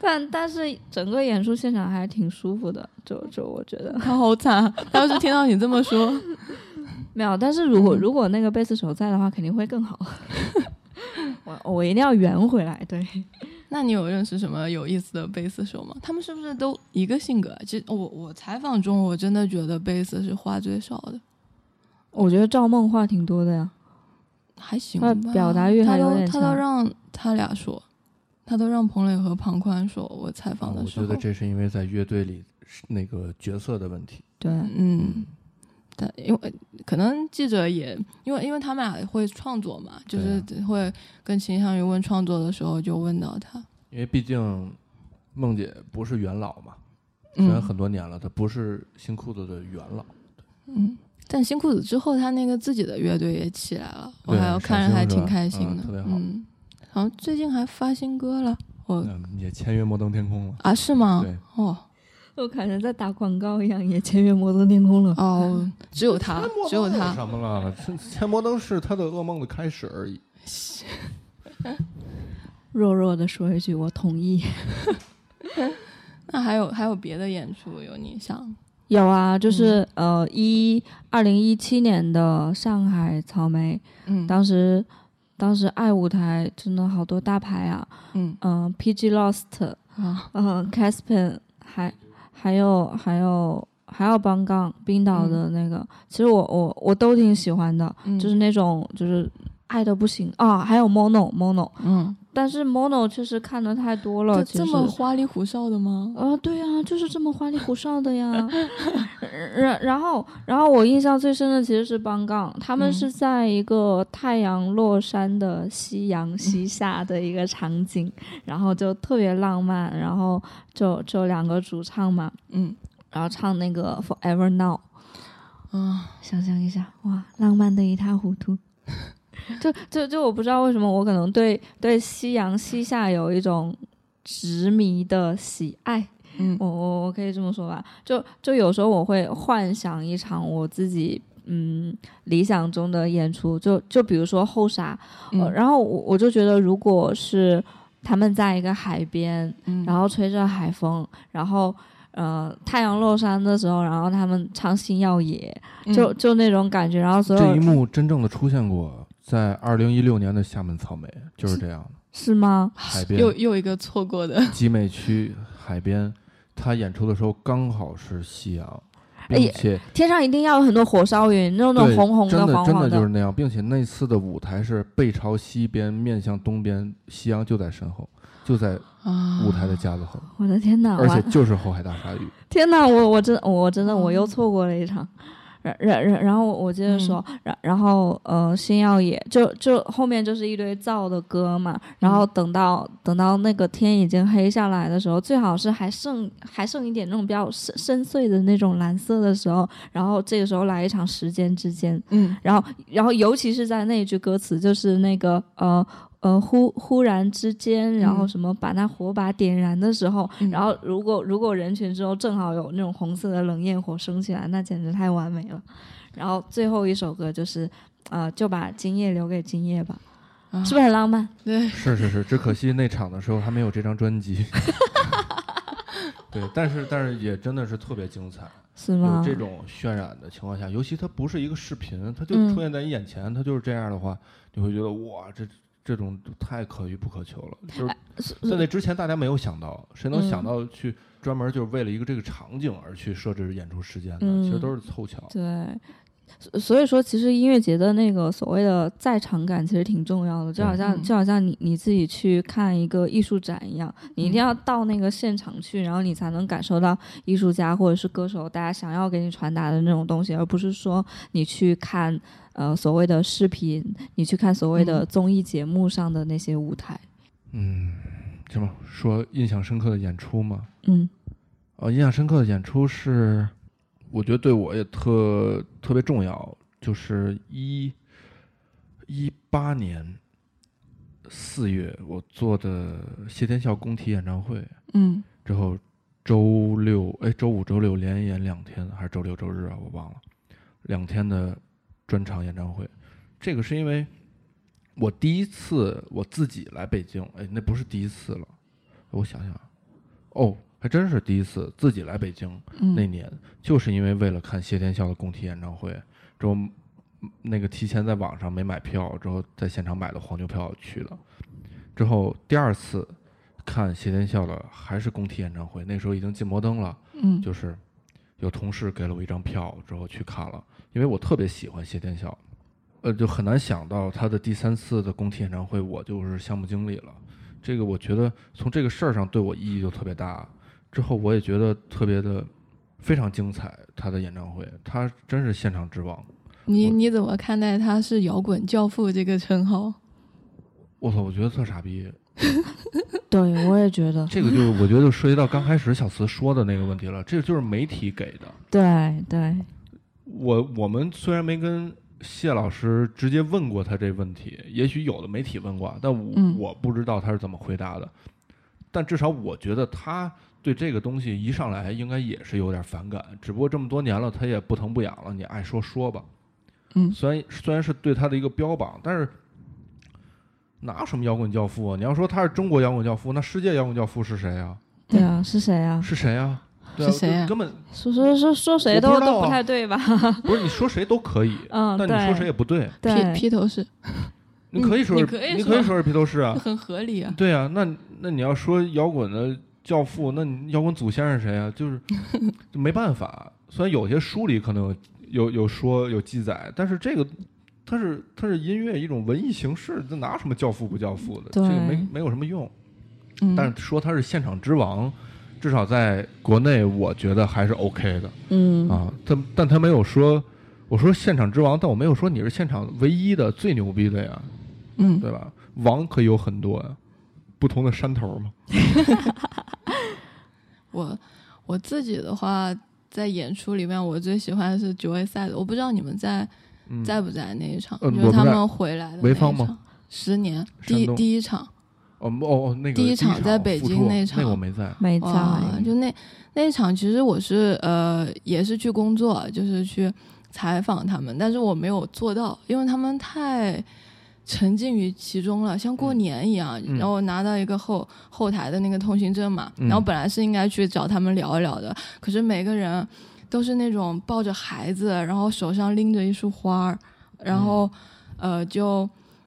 S4: 但但是整个演出现场还挺舒服的，就就我觉得
S2: 他好惨。啊他要是听到你这么说，
S4: 没有。但是如果
S2: 嗯
S4: 如果那个贝斯手在的话，肯定会更好。 我我一定要圆回来，对。
S2: 那你有认识什么有意思的贝斯手吗？他们是不是都一个性格啊？其实我我采访中，我真的觉得贝斯是话最少的，
S4: 我觉得赵梦话挺多的呀，
S2: 还行吧
S4: 他。表达欲
S2: 他
S4: 还有
S2: 都
S4: 点
S2: 他
S4: 强
S2: 都让他俩说，他都让彭磊和庞宽说。我采访
S3: 啊我
S2: 的时
S3: 觉
S2: 候，
S3: 得这是因为在乐队里是那个角色的问题。
S4: 对，
S2: 嗯，但因为可能记者也因为因为他们俩会创作嘛，就是
S3: 啊
S2: 会更倾向于问创作的时候就问到他。
S3: 因为毕竟梦姐不是元老嘛，虽
S2: 嗯
S3: 然啊很多年了，她不是新裤子的元老。
S2: 嗯，但新裤子之后，他那个自己的乐队也起来了，我
S3: 对
S2: 还有看着还挺开心的，
S3: 赏心是吧嗯特别好
S2: 嗯，好像最近还发新歌了，我
S3: 嗯，也签约摩登天空了。
S2: 啊是吗？
S3: 对，
S2: 哦
S4: 我感觉在打广告一样，也签约摩登天空了。
S2: 哦，只有 他，只有他，
S3: 什么了？签摩登是他的噩梦的开始而已。
S4: 弱弱的说一句，我同意。
S2: 那还有还有别的演出有你想？
S4: 有啊，就是、呃，一二零一七年的上海草莓，
S2: 嗯，
S4: 当时当时爱舞台真的好多大牌啊，
S2: 嗯
S4: 嗯、p g Lost，
S2: 啊
S4: 嗯、c a s p e n 还还有还有还有邦杠冰岛的那个，其实我我我都挺喜欢的，
S2: 嗯
S4: 就是那种就是爱的不行啊，还有 Mono Mono，
S2: 嗯，
S4: 但是 Mono 确实看的太多了，
S2: 这
S4: 其
S2: 这
S4: 实
S2: 么花里胡哨的吗？
S4: 啊，对啊，就是这么花里胡哨的呀。 然然后，然后我印象最深的其实是邦杠，他们
S2: 嗯
S4: 是在一个太阳落山的夕阳西下的一个场景，然后就特别浪漫，然后就就两个主唱嘛，
S2: 嗯
S4: 然后唱那个 Forever Now，
S2: 啊，
S4: 想象一下，哇，浪漫的一塌糊涂。 就就就我不知道为什么，我可能对对夕阳西下有一种执迷的喜爱。
S2: 嗯
S4: 我我我可以这么说吧，就就有时候我会幻想一场我自己嗯理想中的演出，就就比如说后沙，
S2: 嗯
S3: 嗯
S4: 呃然后我我就觉得如果是他们在一个海边，
S2: 嗯
S4: 然后吹着海风，然后呃太阳落山的时候，然后他们唱《星耀野》
S2: 嗯
S4: 就就那种感觉，然后所
S3: 嗯这一
S4: 有
S3: 幕真正的出现过在二零一六年的厦门草莓，就是这样的，
S4: 是吗？
S3: 海
S2: 又
S3: 边
S2: 又一个错过的，
S3: 集美区海边，他演出的时候刚好是夕阳，
S4: 哎
S3: 并且
S4: 天上一定要有很多火烧云，那种
S3: 对
S4: 红红
S3: 真
S4: 黄
S3: 真
S4: 黄
S3: 的就是那样，并且那次的舞台是背朝西边，面向东边，夕阳就在身后，就在
S2: 啊
S3: 舞台的架子后，
S4: 我的天哪！
S3: 而
S4: 完
S3: 且就是后海大鲨鱼。
S4: 天呐，我我真我真的我又
S2: 嗯
S4: 错过了一场。然然然然后我我接着说，然、然后呃，星耀也就就后面就是一堆燥的歌嘛，然后等到、等到那个天已经黑下来的时候，最好是还剩还剩一点那种比较深深邃的那种蓝色的时候，然后这个时候来一场时间之间，
S2: 嗯
S4: 然后然后尤其是在那一句歌词，就是那个呃呃忽忽然之间，然后
S2: 嗯
S4: 什么把那火把点燃的时候，
S2: 嗯
S4: 然后如果如果人群之后正好有那种红色的冷焰火升起来，那简直太完美了。然后最后一首歌就是呃就把今夜留给今夜吧，
S2: 啊
S4: 是不是很浪漫？
S2: 对
S3: 是是是，只可惜那场的时候还没有这张专 辑。对，但是但是也真的是特别精彩，
S4: 是
S3: 有
S4: 吗？
S3: 这种渲染的情况下，尤其它不是一个视频，它就
S4: 嗯
S3: 出现在你眼前，它就是这样的话，你会觉得哇，这这种太可遇不可求了。就是在那之前，大家没有想到，谁能想
S4: 嗯
S3: 到去专门就是为了一个这个场景而去设置演出时间呢？其实
S4: 嗯
S3: 都是凑巧。
S4: 对。所所以说，其实音乐节的那个所谓的在场感其实挺重要的，就好像、
S2: 嗯
S4: 就好像你你自己去看一个艺术展一样，你
S3: 嗯
S4: 一定要到那个现场去，然后你才能感受到艺术家或者是歌手大家想要给你传达的那种东西，而不是说你去看呃所谓的视频，你去看所谓的
S2: 嗯
S4: 综艺节目上的那些舞台。
S3: 嗯，什么说印象深刻的演出吗？
S4: 嗯
S3: 呃，印象深刻的演出是，我觉得对我也特特别重要，就是一一八年四月我做的谢天笑工体演唱会
S2: 嗯
S3: 之后，周六哎周五周六连演两天，还是周六周日啊？我忘了，两天的专场演唱会。这个是因为我第一次我自己来北京，哎，那不是第一次了，我想想，哦，还真是第一次自己来北京。那
S4: 嗯，
S3: 年，就是因为为了看谢天笑的工体演唱会，之后嗯那个提前在网上没买票，之后在现场买的黄牛票去的。之后第二次看谢天笑的还是工体演唱会，那时候已经进摩登了，
S4: 嗯
S3: 就是有同事给了我一张票，之后去看了，因为我特别喜欢谢天笑，呃，就很难想到他的第三次的工体演唱会，我就是项目经理了。这个我觉得从这个事儿上对我意义就特别大，之后我也觉得特别的非常精彩，他的演唱会，他真是现场之王。
S2: 你
S3: 我
S2: 你怎么看待他是摇滚教父这个称号？
S3: 我操，我觉得特傻逼，
S4: 对我也觉得，
S3: 这个就我觉得就涉及到刚开始小慈说的那个问题了，这个就是媒体给的，
S4: 对对，
S3: 我我们虽然没跟谢老师直接问过他这问题，也许有的媒体问过啊，但我、
S4: 嗯
S3: 我不知道他是怎么回答的。但至少我觉得他对这个东西一上来应该也是有点反感，只不过这么多年了，他也不疼不痒了，你爱说说吧。
S4: 嗯
S3: 虽然虽然是对他的一个标榜，但是哪有什么摇滚教父啊？你要说他是中国摇滚教父，那世界摇滚教父是谁啊？
S4: 对啊，是谁 啊？
S3: 是谁啊？对啊
S2: 是谁啊
S3: 就根本
S4: 说说说说谁
S3: 我不
S4: 都
S3: 知道
S4: 都不
S3: 啊
S4: 太对吧？
S3: 不是你说谁都可以，
S4: 嗯，
S3: 但你说谁
S4: 对
S3: 也不对。
S2: 披
S4: 对
S2: 披头士
S3: 你
S2: 嗯
S3: 可以说
S2: 你
S3: 是
S2: 可以
S3: 你
S2: 说
S3: 可以说是披头 士啊，
S2: 很合理啊。
S3: 对啊，那那你要说摇滚的教父，那你摇滚祖先是谁啊？就是 就没办法，虽然有些书里可能有有有说有记载，但是这个它是它是音乐一种文艺形式，这哪有什么教父不教父的，这
S4: 对
S3: 个没没有什么用。
S4: 嗯
S3: 但是说他是现场之王，至少在国内，我觉得还是 OK 的。
S4: 嗯
S3: 啊，他但他没有说，我说现场之王，但我没有说你是现场唯一的最牛逼的呀，
S2: 嗯
S3: 对吧？王可以有很多呀，不同的山头嘛。
S2: 我我自己的话，在演出里面，我最喜欢的是九位赛的。我不知道你们在
S3: 嗯，
S2: 在不在那一场，
S3: 呃
S2: 就是
S3: 我不
S2: 他
S3: 在
S2: 们回来的
S3: 潍
S2: 那一
S3: 坊
S2: 场
S3: 吗。
S2: 十年第
S3: 山
S2: 一
S3: 东
S2: 第一场，
S3: 哦哦哦，那个
S2: 第一场
S3: 场
S2: 在北
S3: 复
S2: 京
S3: 出
S2: 那
S3: 那个我
S2: 场嗯
S3: 没在。
S4: 没在，
S2: 哇，就那那一场，其实我是呃也是去工作，就是去采访他们，但是我没有做到，因为他们太沉浸于其中了，像过
S3: 嗯
S2: 年一样。
S3: 嗯
S2: 然后我拿到一个后后台的那个通行证嘛，
S3: 嗯
S2: 然后本来是应该去找他们聊一聊的，可是每个人都是那种抱着孩子，然后手上拎着一束花儿，然
S4: 嗯
S2: 后、呃就。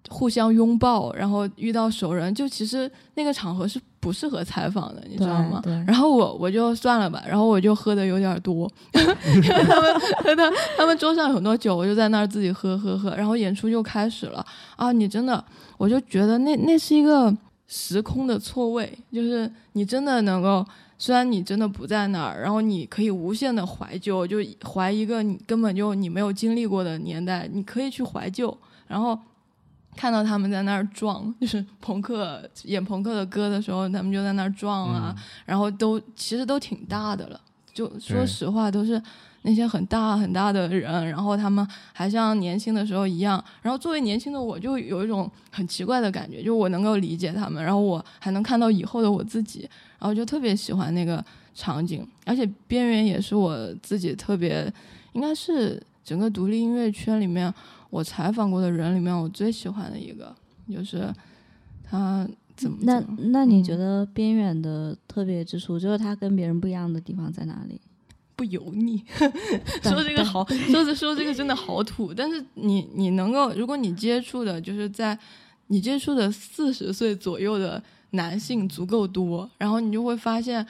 S2: 互相拥抱，然后遇到熟人，就其实那个场合是不适合采访的，你知道吗？
S4: 对对
S2: 然后我我就算了吧，然后我就喝的有点多， 因为他们他他们桌上有很多酒，我就在那儿自己喝喝喝，然后演出就开始了啊！你真的，我就觉得那那是一个时空的错位，就是你真的能够。虽然你真的不在那儿，然后你可以无限的怀旧，就怀一个你根本就你没有经历过的年代，你可以去怀旧，然后看到他们在那儿撞，就是朋克演朋克的歌的时候，他们就在那儿
S3: 嗯
S2: 撞啊，然后都其实都挺大的了。就说
S3: 对
S2: 实话，都是那些很大很大的人，然后他们还像年轻的时候一样。然后作为年轻的我，就有一种很奇怪的感觉，就我能够理解他们，然后我还能看到以后的我自己，然后就特别喜欢那个场景。而且《边缘》也是我自己特别，应该是整个独立音乐圈里面我采访过的人里面，我最喜欢的一个，就是他怎么
S4: 那
S2: 怎么
S4: 那你
S2: 嗯
S4: 觉得边远的特别之处，就是他跟别人不一样的地方在哪 里？
S2: 不油腻。 说这个好，说这说这个真的好土。但是你你能够，如果你接触的就是在你接触的四十岁左右的男性足够多，然后你就会发现，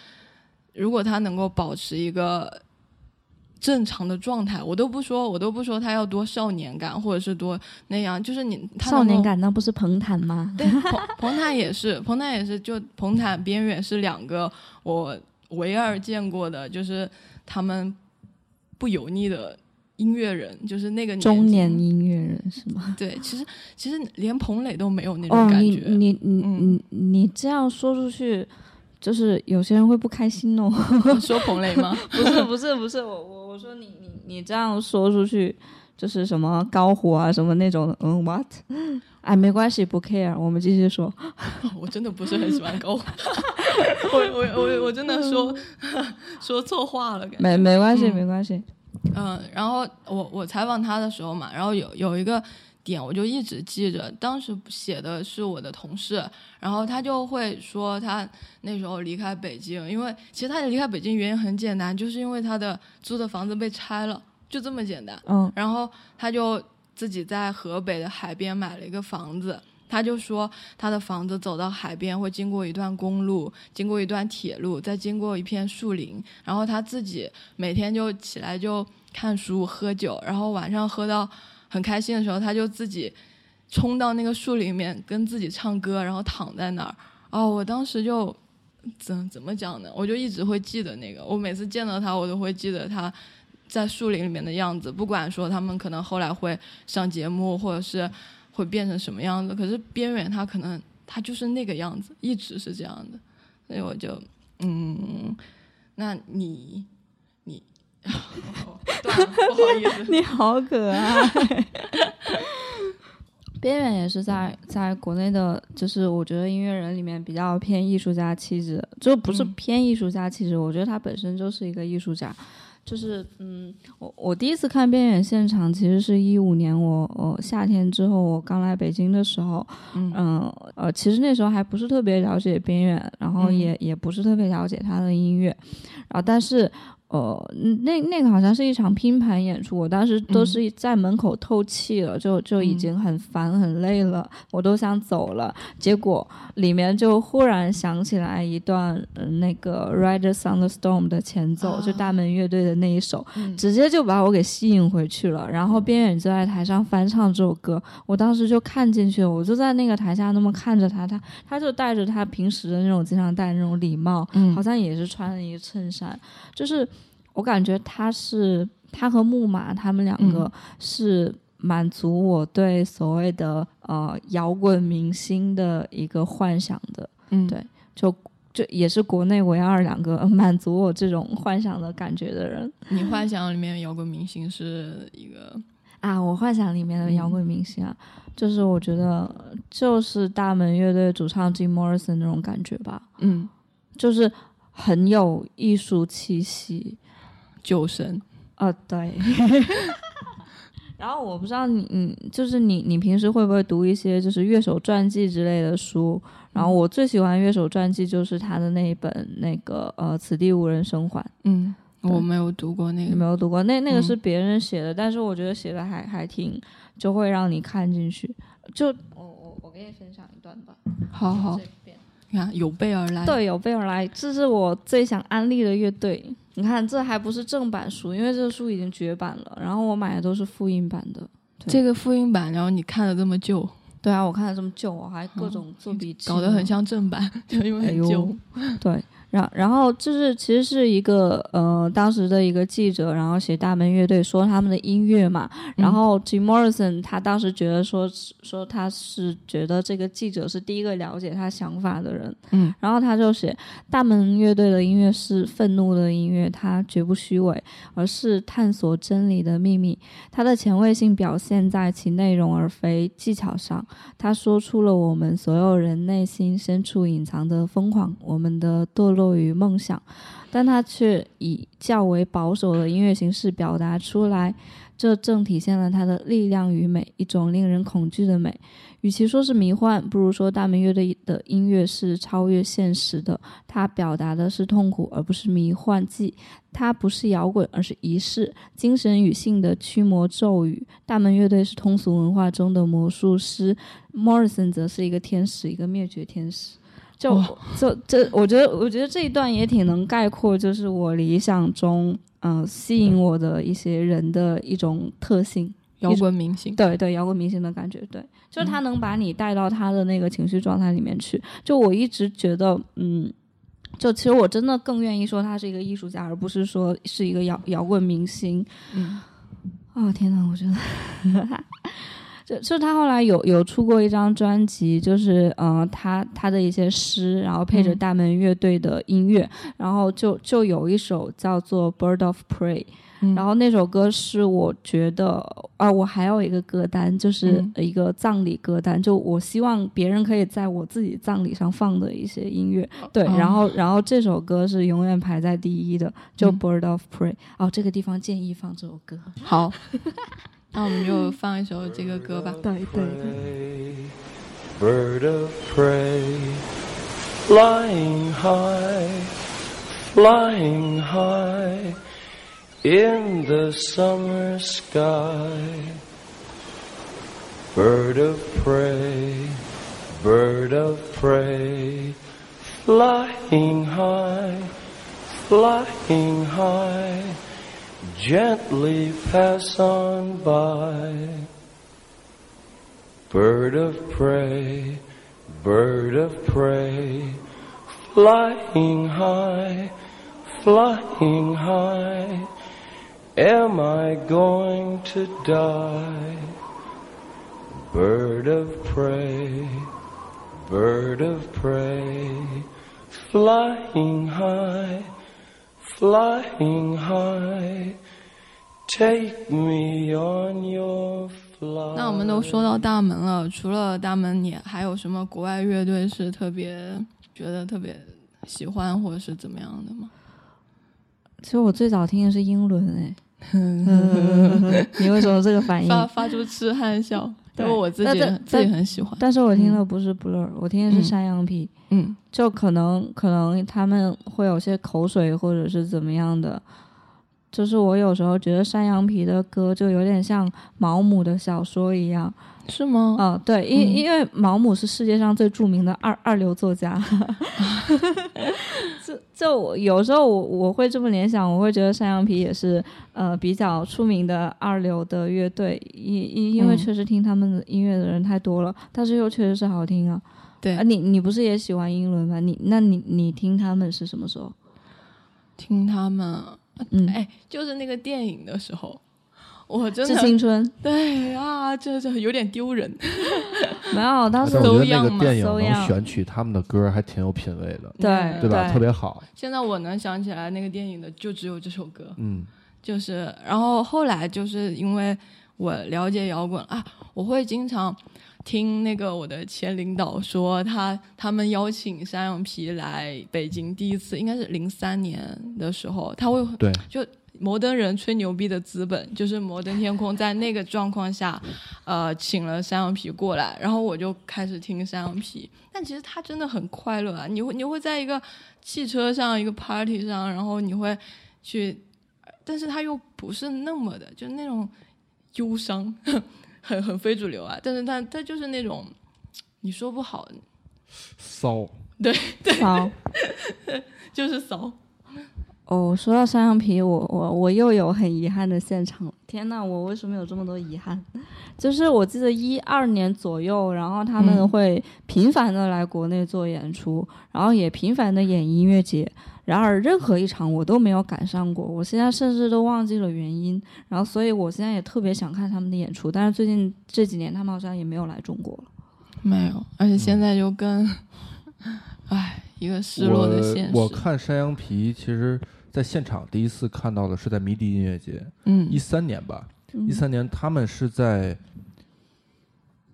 S2: 如果他能够保持一个。正常的状态，我都不说，我都不说他要多少年感，或者是多那样，就是你他
S4: 少
S2: 能够
S4: 年感那不是彭坦吗？
S2: 对，彭 彭坦也是，彭坦也是，就彭坦边缘是两个我唯二见过的，就是他们不油腻的音乐人，就是那个
S4: 中
S2: 纪
S4: 年音乐人是吗？
S2: 对，其实其实连彭磊都没有那种
S4: 哦，
S2: 感
S4: 你
S2: 觉。
S4: 你你
S2: 嗯
S4: 你你这样说出去，就是有些人会不开心哦。
S2: 说彭磊吗？
S4: 不是不是不是，我我我说你你你这样说出去，就是什么高火啊，什么那种，嗯，what？哎，没关系，不 care，我们继续说。
S2: 我真的不是很喜欢篝火， 我我我我真的说
S4: 嗯
S2: 说错话了，感觉。
S4: 没没关系，
S2: 嗯
S4: 没关系。
S2: 嗯，然后我我采访他的时候嘛，然后有有一个点我就一直记着，当时写的是我的同事，然后他就会说他那时候离开北京，因为其实他离开北京原因很简单，就是因为他的租的房子被拆了，就这么简单。
S4: 嗯，
S2: 然后他就自己在河北的海边买了一个房子。他就说，他的房子走到海边会经过一段公路，经过一段铁路，再经过一片树林。然后他自己每天就起来就看书、喝酒，然后晚上喝到很开心的时候，他就自己冲到那个树林里面跟自己唱歌，然后躺在那儿。哦，我当时就怎怎么讲呢？我就一直会记得那个，我每次见到他，我都会记得他在树林里面的样子，不管说他们可能后来会上节目，或者是会变成什么样子，可是边缘他可能他就是那个样子，一直是这样的，所以我就嗯，那你 你断了，啊不好意思，
S4: 你好可爱。边缘也是在在国内的，就是我觉得音乐人里面比较偏艺术家气质，就不是
S2: 嗯
S4: 偏艺术家气质，我觉得他本身就是一个艺术家。就是嗯，我我第一次看边缘现场其实是一五年我，我夏天之后我刚来北京的时候，
S2: 嗯
S4: 嗯呃，其实那时候还不是特别了解边缘，然后
S2: 嗯
S4: 也、也不是特别了解他的音乐，然后但是呃，嗯那那个好像是一场拼盘演出，我当时都
S2: 嗯
S4: 是在门口透气了，就就已
S2: 嗯
S4: 经很烦很累了，我都想走了。结果里面就忽然响起来一段、呃、那个《Riders on the Storm》的前奏，就
S2: 啊
S4: 大门乐队的那一首，
S2: 嗯
S4: 直接就把我给吸引回去了。然后边远就在台上翻唱这首歌，我当时就看进去了，我就在那个台下那么看着他，他他就戴着他平时的那种经常戴的那种礼帽，
S2: 嗯
S4: 好像也是穿了一个衬衫，就是我感觉他是他和木马他们两个是满足我对所谓的呃摇滚明星的一个幻想的，
S2: 嗯
S4: 对就也是国内唯二两个 满足我这种幻想的感觉的人
S2: 你幻想里面摇滚明星是一个
S4: 啊！我幻想里面的摇滚明星啊，就是我觉得就是大门乐队主唱 Jim Morrison 那种感觉吧，
S2: 嗯
S4: 就是很有艺术气息，
S2: 酒神，
S4: 啊，对。 然后我不知道你，你就是你，你平时会不会读一些就是乐手传记之类的书？然后我最喜欢乐手传记就是他的那一本那个呃，此地无人生还，
S2: 嗯，
S4: 对
S2: 我没有读过那
S4: 你
S2: 个，
S4: 没有读过？那那个
S2: 嗯
S4: 是别人写的，但是我觉得写的还还挺，就会让你看进去。就我我我给你分享一段吧，
S2: 好好
S4: 这，边
S2: 你看有备而来，
S4: 对，有备而来，这是我最想安利的乐队。你看，这还不是正版书，因为这个书已经绝版了，然后我买的都是复印版的。
S2: 这个复印版，然后你看的这么旧，嗯
S4: 对啊，我看了这么旧，我还各种做笔记呢，
S2: 搞得很像正版， 就因为
S4: 哎
S2: 很
S4: 呦
S2: 旧，
S4: 对。然然后就是其实是一个呃当时的一个记者，然后写大门乐队说他们的音乐嘛，嗯
S2: 嗯
S4: 然后 Jim Morrison 他当时觉得说说他是觉得这个记者是第一个了解他想法的人，
S2: 嗯，
S4: 然后他就写大门乐队的音乐是愤怒的音乐，它绝不虚伪，而是探索真理的秘密。它的前卫性表现在其内容而非技巧上，它说出了我们所有人内心深处隐藏的疯狂，我们的堕落与梦想，但它却以较为保守的音乐形式表达出来。这正体现了它的力量与美，一种令人恐惧的美。与其说是迷幻，不如说大门乐队的音乐是超越现实的。它表达的是痛苦，而不是迷幻剂。它不是摇滚，而是仪式、精神与性的驱魔咒语。大门乐队是通俗文化中的魔术师，Morrison 则是一个天使，一个灭绝天使。就
S2: 哇
S4: 就这，我觉得我觉得这一段也挺能概括，就是我理想中嗯、呃吸引我的一些人的一种特性。
S2: 摇滚明星。
S4: 对对，摇滚明星的感觉，对，就是他能把你带到他的那个情绪状态里面去。就我一直觉得，嗯，就其实我真的更愿意说他是一个艺术家，而不是说是一个摇摇滚明星。
S2: 嗯
S4: 哦天哪，我觉得，就就他后来有有出过一张专辑，就是嗯、呃他他的一些诗，然后配着
S2: 嗯
S4: 大门乐队的音乐，然后就就有一首叫做《Bird of Prey》，
S2: 嗯
S4: 然后那首歌是我觉得啊，我还有一个歌单，就是
S2: 嗯
S4: 一个葬礼歌单，就我希望别人可以在我自己葬礼上放的一些音乐。对，
S2: 哦
S4: 然后然后这首歌是永远排在第一的，就《
S2: 嗯
S4: Bird of Prey》。哦，这个地方建议放这首歌。
S2: 好， 那我们就放一首这个歌吧。
S4: 对对，
S1: prey, bird of prey, flying high, flying high in the summer sky. Bird of prey, bird of prey, flying high, flying high, gently pass on by. Bird of prey, bird of prey, flying high, flying high, am I going to die? Bird of prey, bird of prey, flying high, flying high, take me on your flight.
S2: 那我们都说到大门了，除了大门，你还有什么国外乐队是特别觉得特别喜欢或者是怎么样的吗？
S4: 其实我最早听的是英伦，哎，嗯你为什么这个反
S2: 发
S4: 应？
S2: 发出痴汉笑，
S4: 对
S2: 因为我自
S4: 那
S2: 己
S4: 这
S2: 自己很喜欢。
S4: 但是我听的不是 Blur，我听
S2: 嗯
S4: 的是山羊皮。
S2: 嗯，
S4: 就可能可能他们会有些口水或者是怎么样的，就是我有时候觉得山羊皮的歌就有点像毛姆的小说一样，
S2: 是吗？
S4: 嗯、对，因、
S2: 嗯
S4: 因为毛姆是世界上最著名的二二流作家， 就就我有时候我我会这么联想，我会觉得山羊皮也是呃比较出名的二流的乐队，因因因为
S2: 嗯
S4: 确实听他们的音乐的人太多了，但是又确实是好听啊，
S2: 对
S4: 啊，，你你不是也喜欢英伦吗？你那你你听他们是什么时候？
S2: 听他们，
S4: 嗯，
S2: 哎，就是那个电影的时候，我真
S4: 致
S2: 的
S4: 青春
S2: 对啊，这这有点丢人。
S4: 没有，当时
S3: 但我觉得那
S2: 样嗯
S3: 个
S2: 嘛
S3: 电影
S4: 搜
S3: 能
S4: 样
S3: 选取他们的歌还挺有品位的，
S4: 对
S3: 对吧？特别好，
S2: 现在我能想起来那个电影的就只有这首歌，
S3: 嗯，
S2: 就是，然后后来就是因为我了解摇滚啊，我会经常听那个我的前领导说他他们邀请山羊皮来北京第一次应该是零三年的时候，他会
S3: 对，
S2: 摩登人吹牛逼的资本，就是摩登天空在那个状况下，呃，请了山羊皮过来，然后我就开始听山羊皮。但其实他真的很快乐啊，你会你会在一个汽车上、一个 party 上，然后你会去，但是他又不是那么的，就是那种忧伤， 很很非主流啊。但是他他就是那种你说不好，
S3: 骚，
S4: 好。
S2: 就是骚。
S4: 哦，说到山羊皮，我我我又有很遗憾的现场了。天呐，我为什么有这么多遗憾？ 就是我记得一二年左右，然后他们
S2: 嗯
S4: 会频繁的来国内做演出，然后也频繁的演音乐节。然而，任何一场我都没有赶上过，我现在甚至都忘记了原因。然后，所以我现在也特别想看他们的演出，但是最近这几年他们好像也没有来中国了。
S2: 没有，而且现在就跟，嗯唉，一个失落的现实。
S3: 我我看山羊皮，其实在现场第一次看到的是在迷笛音乐节，
S2: 嗯
S3: 一三年吧，
S4: 嗯
S3: 一三年他们是在，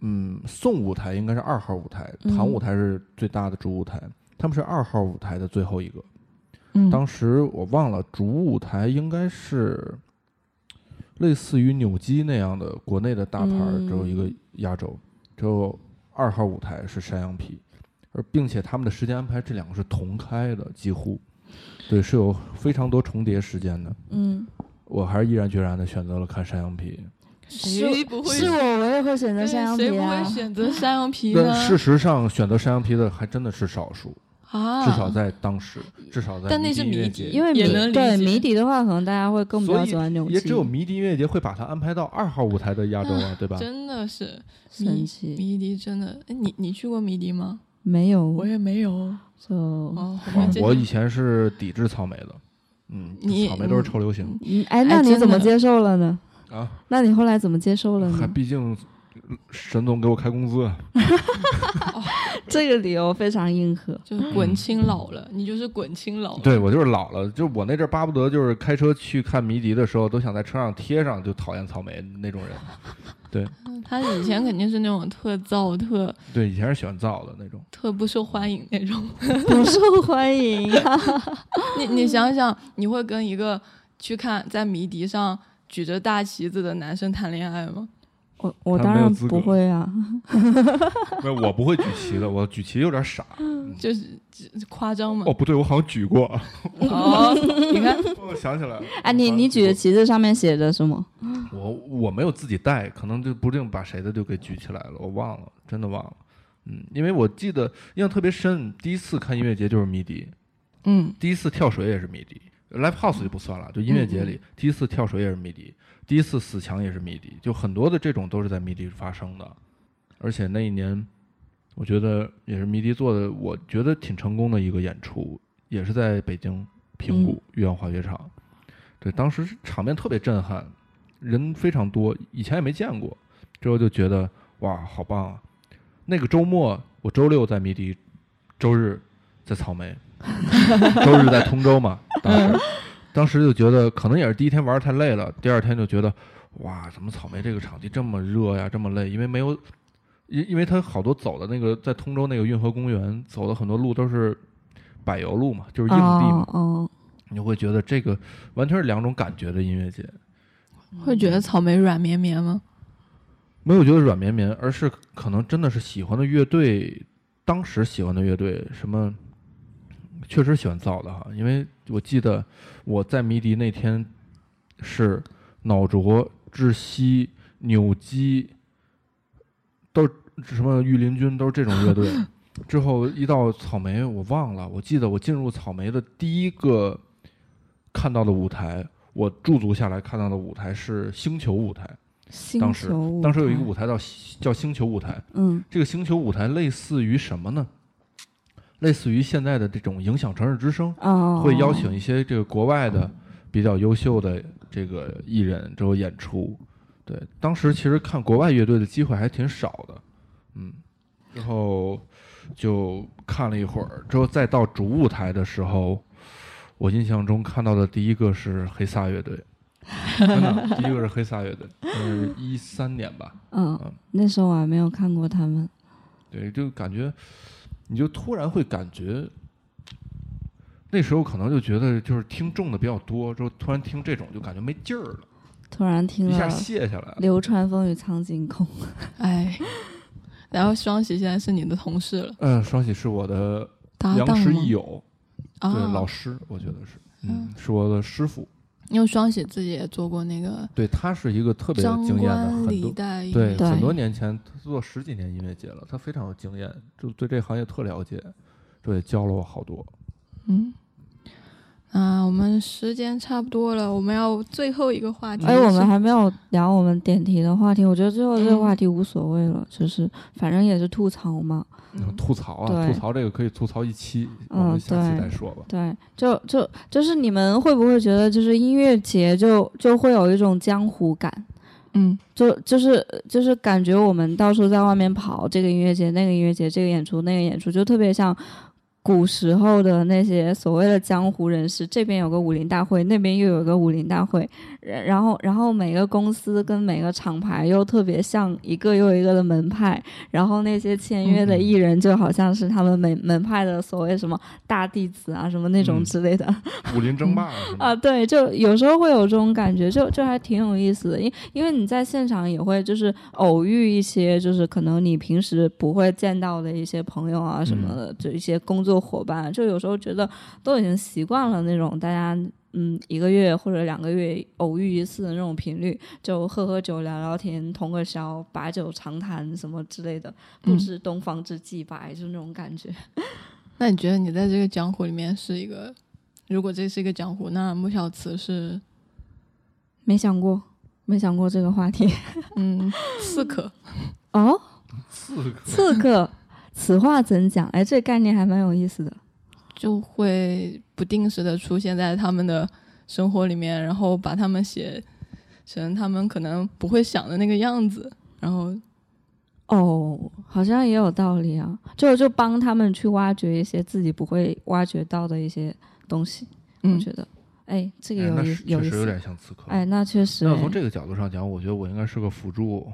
S3: 嗯，宋舞台应该是二号舞台，
S4: 嗯
S3: 唐舞台是最大的主舞台，他们是二号舞台的最后一个。
S2: 嗯
S3: 当时我忘了主舞台应该是类似于扭机那样的国内的大牌儿，
S4: 嗯
S3: 只有一个压轴，只有二号舞台是山羊皮，而并且他们的时间安排这两个是同开的，几乎对是有非常多重叠时间的。
S4: 嗯，
S3: 我还是毅然决然的选择了看山羊皮。
S2: 谁不会
S4: 是我，我也会选择
S2: 对
S4: 山羊
S2: 谁
S4: 皮
S2: 不
S4: 啊
S2: 会。选择山羊皮呢
S3: 但？事实上，选择山羊皮的还真的是少数，
S2: 啊，
S3: 至少在当时，至少在
S2: 但那
S3: 迷笛
S2: 是
S3: 音乐
S2: 谜
S3: 节
S2: 底，
S4: 因为
S2: 也
S4: 谜
S2: 能理
S4: 对
S2: 解
S4: 谜底的话，可能大家会更比
S3: 所
S4: 较
S3: 以
S4: 喜欢扭
S3: 也
S4: 机
S3: 只，有迷笛音乐节会把它安排到二号舞台的压轴啊，对吧？
S2: 嗯真的是
S4: 神奇
S2: 迷笛，真的。哎，你你去过迷笛吗？
S4: 没有
S2: 我也没有。哦，
S4: 就
S2: 我
S3: 啊
S2: 们这
S3: 我以前是抵制草莓的，嗯，
S2: 你
S3: 草莓都是臭流行
S4: 嗯哎，那
S2: 哎
S4: 你
S2: 真
S4: 怎么
S2: 的
S4: 接受了呢？
S3: 啊，
S4: 嗯那你后来怎么接受了
S3: 还
S4: 呢？
S3: 毕竟沈总给我开工资，啊
S4: 这个理由非常 硬核。
S2: 就是滚青老了，你就是滚青
S4: 哦
S2: 老了。
S3: 对我就是老了，就我那阵儿巴不得就是开车去看迷笛的时候，都想在车上贴上就讨厌草莓那种人。
S2: 嗯他以前肯定是那种特燥、特
S3: 对，以前是喜欢造的那 种。
S2: 特不受欢迎那 种。
S4: 不受欢迎、
S2: 你你想想，你会跟一个去看在迷笛上举着大旗子的男生谈恋爱吗？
S4: 我我
S3: 他
S4: 当
S3: 没有
S4: 然
S3: 资
S4: 不
S3: 格
S4: 会啊，
S3: 没有，我不会举旗的，我举旗有点 傻。
S2: 就是这夸张吗
S3: 哦，？不对，我好像举过。啊
S2: 哦， 你看，
S3: 我想起来了。啊
S4: 哎，你你举的旗子上面写的什么？
S3: 我我没有自己带，可能就不定把谁的就给举起来了，我忘了，真的忘了。嗯，因为我记得印象特别深，第一次看音乐节就是迷笛，
S2: 嗯，
S3: 第一次跳水也是迷笛，live house 就不算了，就音乐节里、第一次跳水也是迷笛，第一次死墙也是迷笛，就很多的这种都是在迷笛发生的。而且那一年，我觉得也是迷笛做的，我觉得挺成功的一个演出，也是在北京平谷岳阳滑雪场。对，当时是场面特别震撼，人非常多，以前也没见过。之后就觉得哇，好棒啊！那个周末，我周六在迷笛，周日在草莓，周日在通州嘛。当时，当时就觉得可能也是第一天玩得太累了，第二天就觉得哇，怎么草莓这个场地这么热呀，这么累？因为没有，因因为它好多走的那个在通州那个运河公园走的很多路都是柏油路嘛，就是硬地嘛，
S4: 哦哦，
S3: 你就会觉得这个完全是两种感觉的音乐节。
S2: 会觉得草莓软绵绵吗？
S3: 没有觉得软绵绵，而是可能真的是喜欢的乐队，当时喜欢的乐队，什么确实喜欢造的哈。因为我记得我在迷笛那天是脑浊、窒息、扭机，都是什么御林军，都是这种乐队。之后一到草莓，我忘了，我记得我进入草莓的第一个看到的舞台，我驻足下来看到的舞台是星球舞台。
S4: 星
S3: 当时
S4: 球舞
S3: 当时有一个
S4: 台
S3: 舞台叫叫星球舞台，
S4: 嗯
S3: 这个星球舞台类似于什么呢？类似于现在的这种影响城市之声，
S4: 哦，
S3: 会邀请一些这个国外的比较优秀的这个艺人之后演出。对，当时其实看国外乐队的机会还挺少的，嗯，然后就看了一会儿，之后再到主舞台的时候，我印象中看到的第一个是黑撒乐队， 真的，第一个是黑撒乐队，嗯，一三年吧，
S4: 嗯，那时候我还没有看过他们，
S3: 对，就感觉，你就突然会感觉，那时候可能就觉得就是听重的比较多，之后突然听这种就感觉没劲儿了，
S4: 突然听
S3: 一下
S4: 了
S3: 卸下来
S4: 《
S3: 了。
S4: 流川枫与苍井空》，
S2: 哎，然后双喜现在是你的同事了，
S3: 嗯，双喜是我的
S2: 搭
S3: 良
S2: 档
S3: 师
S2: 吗
S3: 益？友，
S2: 啊，
S3: 对老师，我觉得是，嗯
S2: 嗯，
S3: 是我的师傅。
S2: 因为双喜自己也做过那个
S3: 对他是一个特别有
S2: 张
S3: 经验的，
S2: 冠
S3: 很
S2: 李
S3: 多
S2: 戴音
S3: 对
S2: 乐，
S4: 对
S3: 很多年前，他做十几年音乐节了，他非常有经验，就对这行业特了解，这也教了我好多。
S2: 嗯。啊，我们时间差不多了，我们要最后一个话题是。
S4: 哎，我们还没有聊我们点题的话题，我觉得最后这个话题无所谓了，就是反正也是吐槽嘛。
S2: 嗯
S3: 吐槽啊，
S4: 对
S3: 吐槽这个可以吐槽一期，我
S4: 嗯
S3: 们下期
S4: 对
S3: 再说吧。
S4: 对，就就就是你们会不会觉得，就是音乐节就就会有一种江湖感？
S2: 嗯，
S4: 就就是就是感觉我们到处在外面跑，这个音乐节、那个音乐节，这个演出、那个演出，就特别像古时候的那些所谓的江湖人士。这边有个武林大会，那边又有个武林大会，然然后然后每个公司跟每个厂牌又特别像一个又一个的门派，然后那些签约的艺人就好像是他们门门派的所谓什么大弟子啊，什么那种
S3: 嗯
S4: 之类的。
S3: 武林争霸是吗
S4: 啊，对，就有时候会有这种感觉，就就还挺有意思的，因因为你在现场也会就是偶遇一些就是可能你平时不会见到的一些朋友啊什么的，就一些工作伙伴，就有时候觉得都已经习惯了那种大家。嗯，一个月或者两个月偶遇一次的那种频率，就喝喝酒、聊聊天、通个宵、把酒长谈什么之类的，不
S2: 嗯
S4: 知东方之既白，就那种感觉。
S2: 那你觉得你在这个江湖里面是一个，如果这是一个江湖，那穆小慈是
S4: 没想过，没想过这个话题
S2: 嗯刺客，
S4: 哦。
S3: 刺客
S4: 刺客，此话怎讲？哎，这概念还蛮有意思的。
S2: 就会不定时的出现在他们的生活里面，然后把他们写成他们可能不会想的那个样子，然后
S4: 哦，好像也有道理啊，就就帮他们去挖掘一些自己不会挖掘到的一些东西，我
S5: 嗯，
S4: 觉得，哎，这个
S3: 哎
S4: 有
S3: 那
S4: 意
S3: 是
S4: 思，有
S3: 确
S4: 意
S3: 实有
S4: 思，
S3: 点像刺客。
S4: 哎，那确实，
S3: 那从这个角度上讲，我觉得我应该是个辅助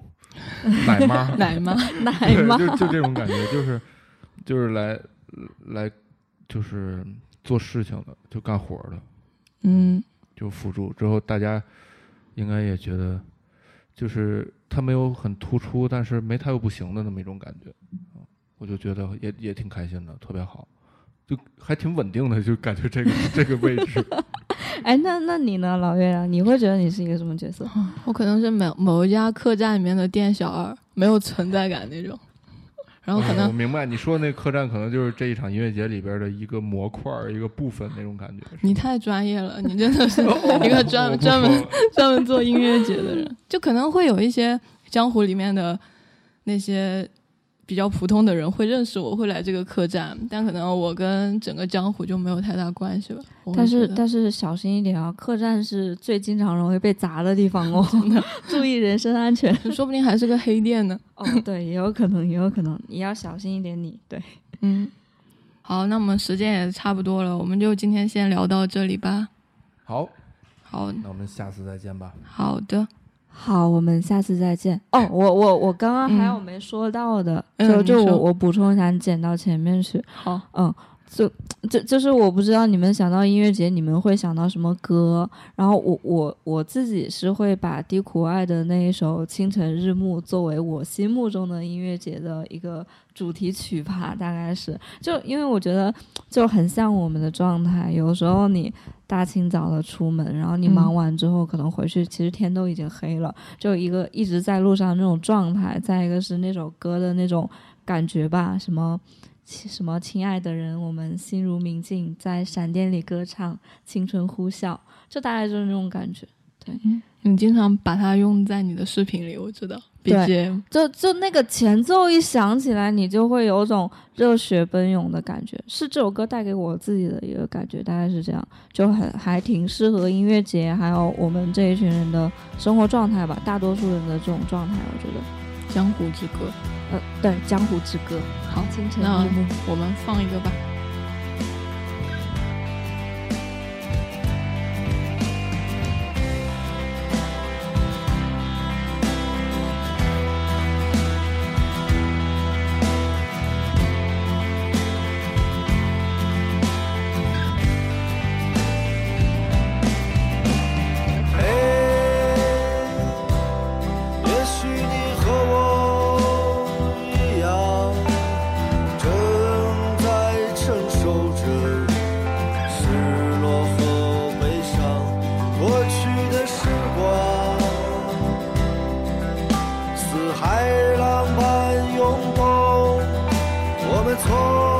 S3: 奶妈，
S5: 奶妈，
S4: 奶
S3: 对
S4: 妈，
S3: 就就这种感觉，就是就是来来就是做事情的，就干活儿的，
S5: 嗯
S3: 就辅助。之后大家应该也觉得，就是他没有很突出，但是没他又不行的那么一种感觉，嗯我就觉得也也挺开心的，特别好。就还挺稳定的，就感觉这个这个位置，
S4: 哎，那那你呢，老月亮，你会觉得你是一个什么角色？
S2: 我可能是某某一家客栈里面的店小二，没有存在感那种。然后可
S3: 嗯
S2: 能
S3: 我明白你说的那客栈，可能就是这一场音乐节里边的一个模块儿、一个部分那种感觉。是吧
S2: 你太专业了，你真的 是一个专
S3: 我不
S2: 专门
S3: 说
S2: 专门做音乐节的人，就可能会有一些江湖里面的那些比较普通的人会认识我，会来这个客栈，但可能我跟整个江湖就没有太大关系吧。我会
S4: 但是
S2: 觉得
S4: 但是小心一点啊，客栈是最经常容易被砸的地方 哦，注意人身安全。
S2: 说不定还是个黑店呢。
S4: 哦，对，也有可能，也有可能，你要小心一点你，对，
S2: 嗯，好，那我们时间也差不多了，我们就今天先聊到这里吧。
S3: 好，
S2: 好，
S3: 那我们下次再见吧。
S2: 好的，
S4: 好，我们下次再见。哦，我我我刚刚还有
S2: 嗯
S4: 没说到的，
S2: 嗯
S4: 就
S2: 你
S4: 就我
S2: 说
S4: 我补充一下，你剪到前面去。
S2: 好，
S4: 嗯，就就就是我不知道你们想到音乐节，你们会想到什么歌？然后我我我自己是会把低苦爱的那一首《清晨日暮》作为我心目中的音乐节的一个主题曲吧，大概是就因为我觉得就很像我们的状态，有时候你。大清早的出门，然后你
S2: 嗯
S4: 忙完之后，可能回去其实天都已经黑了，就一个一直在路上那种状态，再一个是那首歌的那种感觉吧，什么亲什么亲爱的人，我们心如明镜，在闪电里歌唱，青春呼啸，就大概就是那种感觉。
S2: 你经常把它用在你的视频里，我知道。BGM，
S4: 就就那个前奏一响起来，你就会有种热血奔涌的感觉，是这首歌带给我自己的一个感觉，大概是这样，就很还挺适合音乐节，还有我们这一群人的生活状态吧，大多数人的这种状态，我觉得，
S2: 江湖之歌。
S4: 呃，对，江湖之歌，
S2: 好，
S4: 清晨
S2: 那
S4: 日暮。
S2: 我们放一个吧。
S1: 嘿，也许你和我一样，正在承受着失落和悲伤。过去的时光，似海浪般涌动，我们从。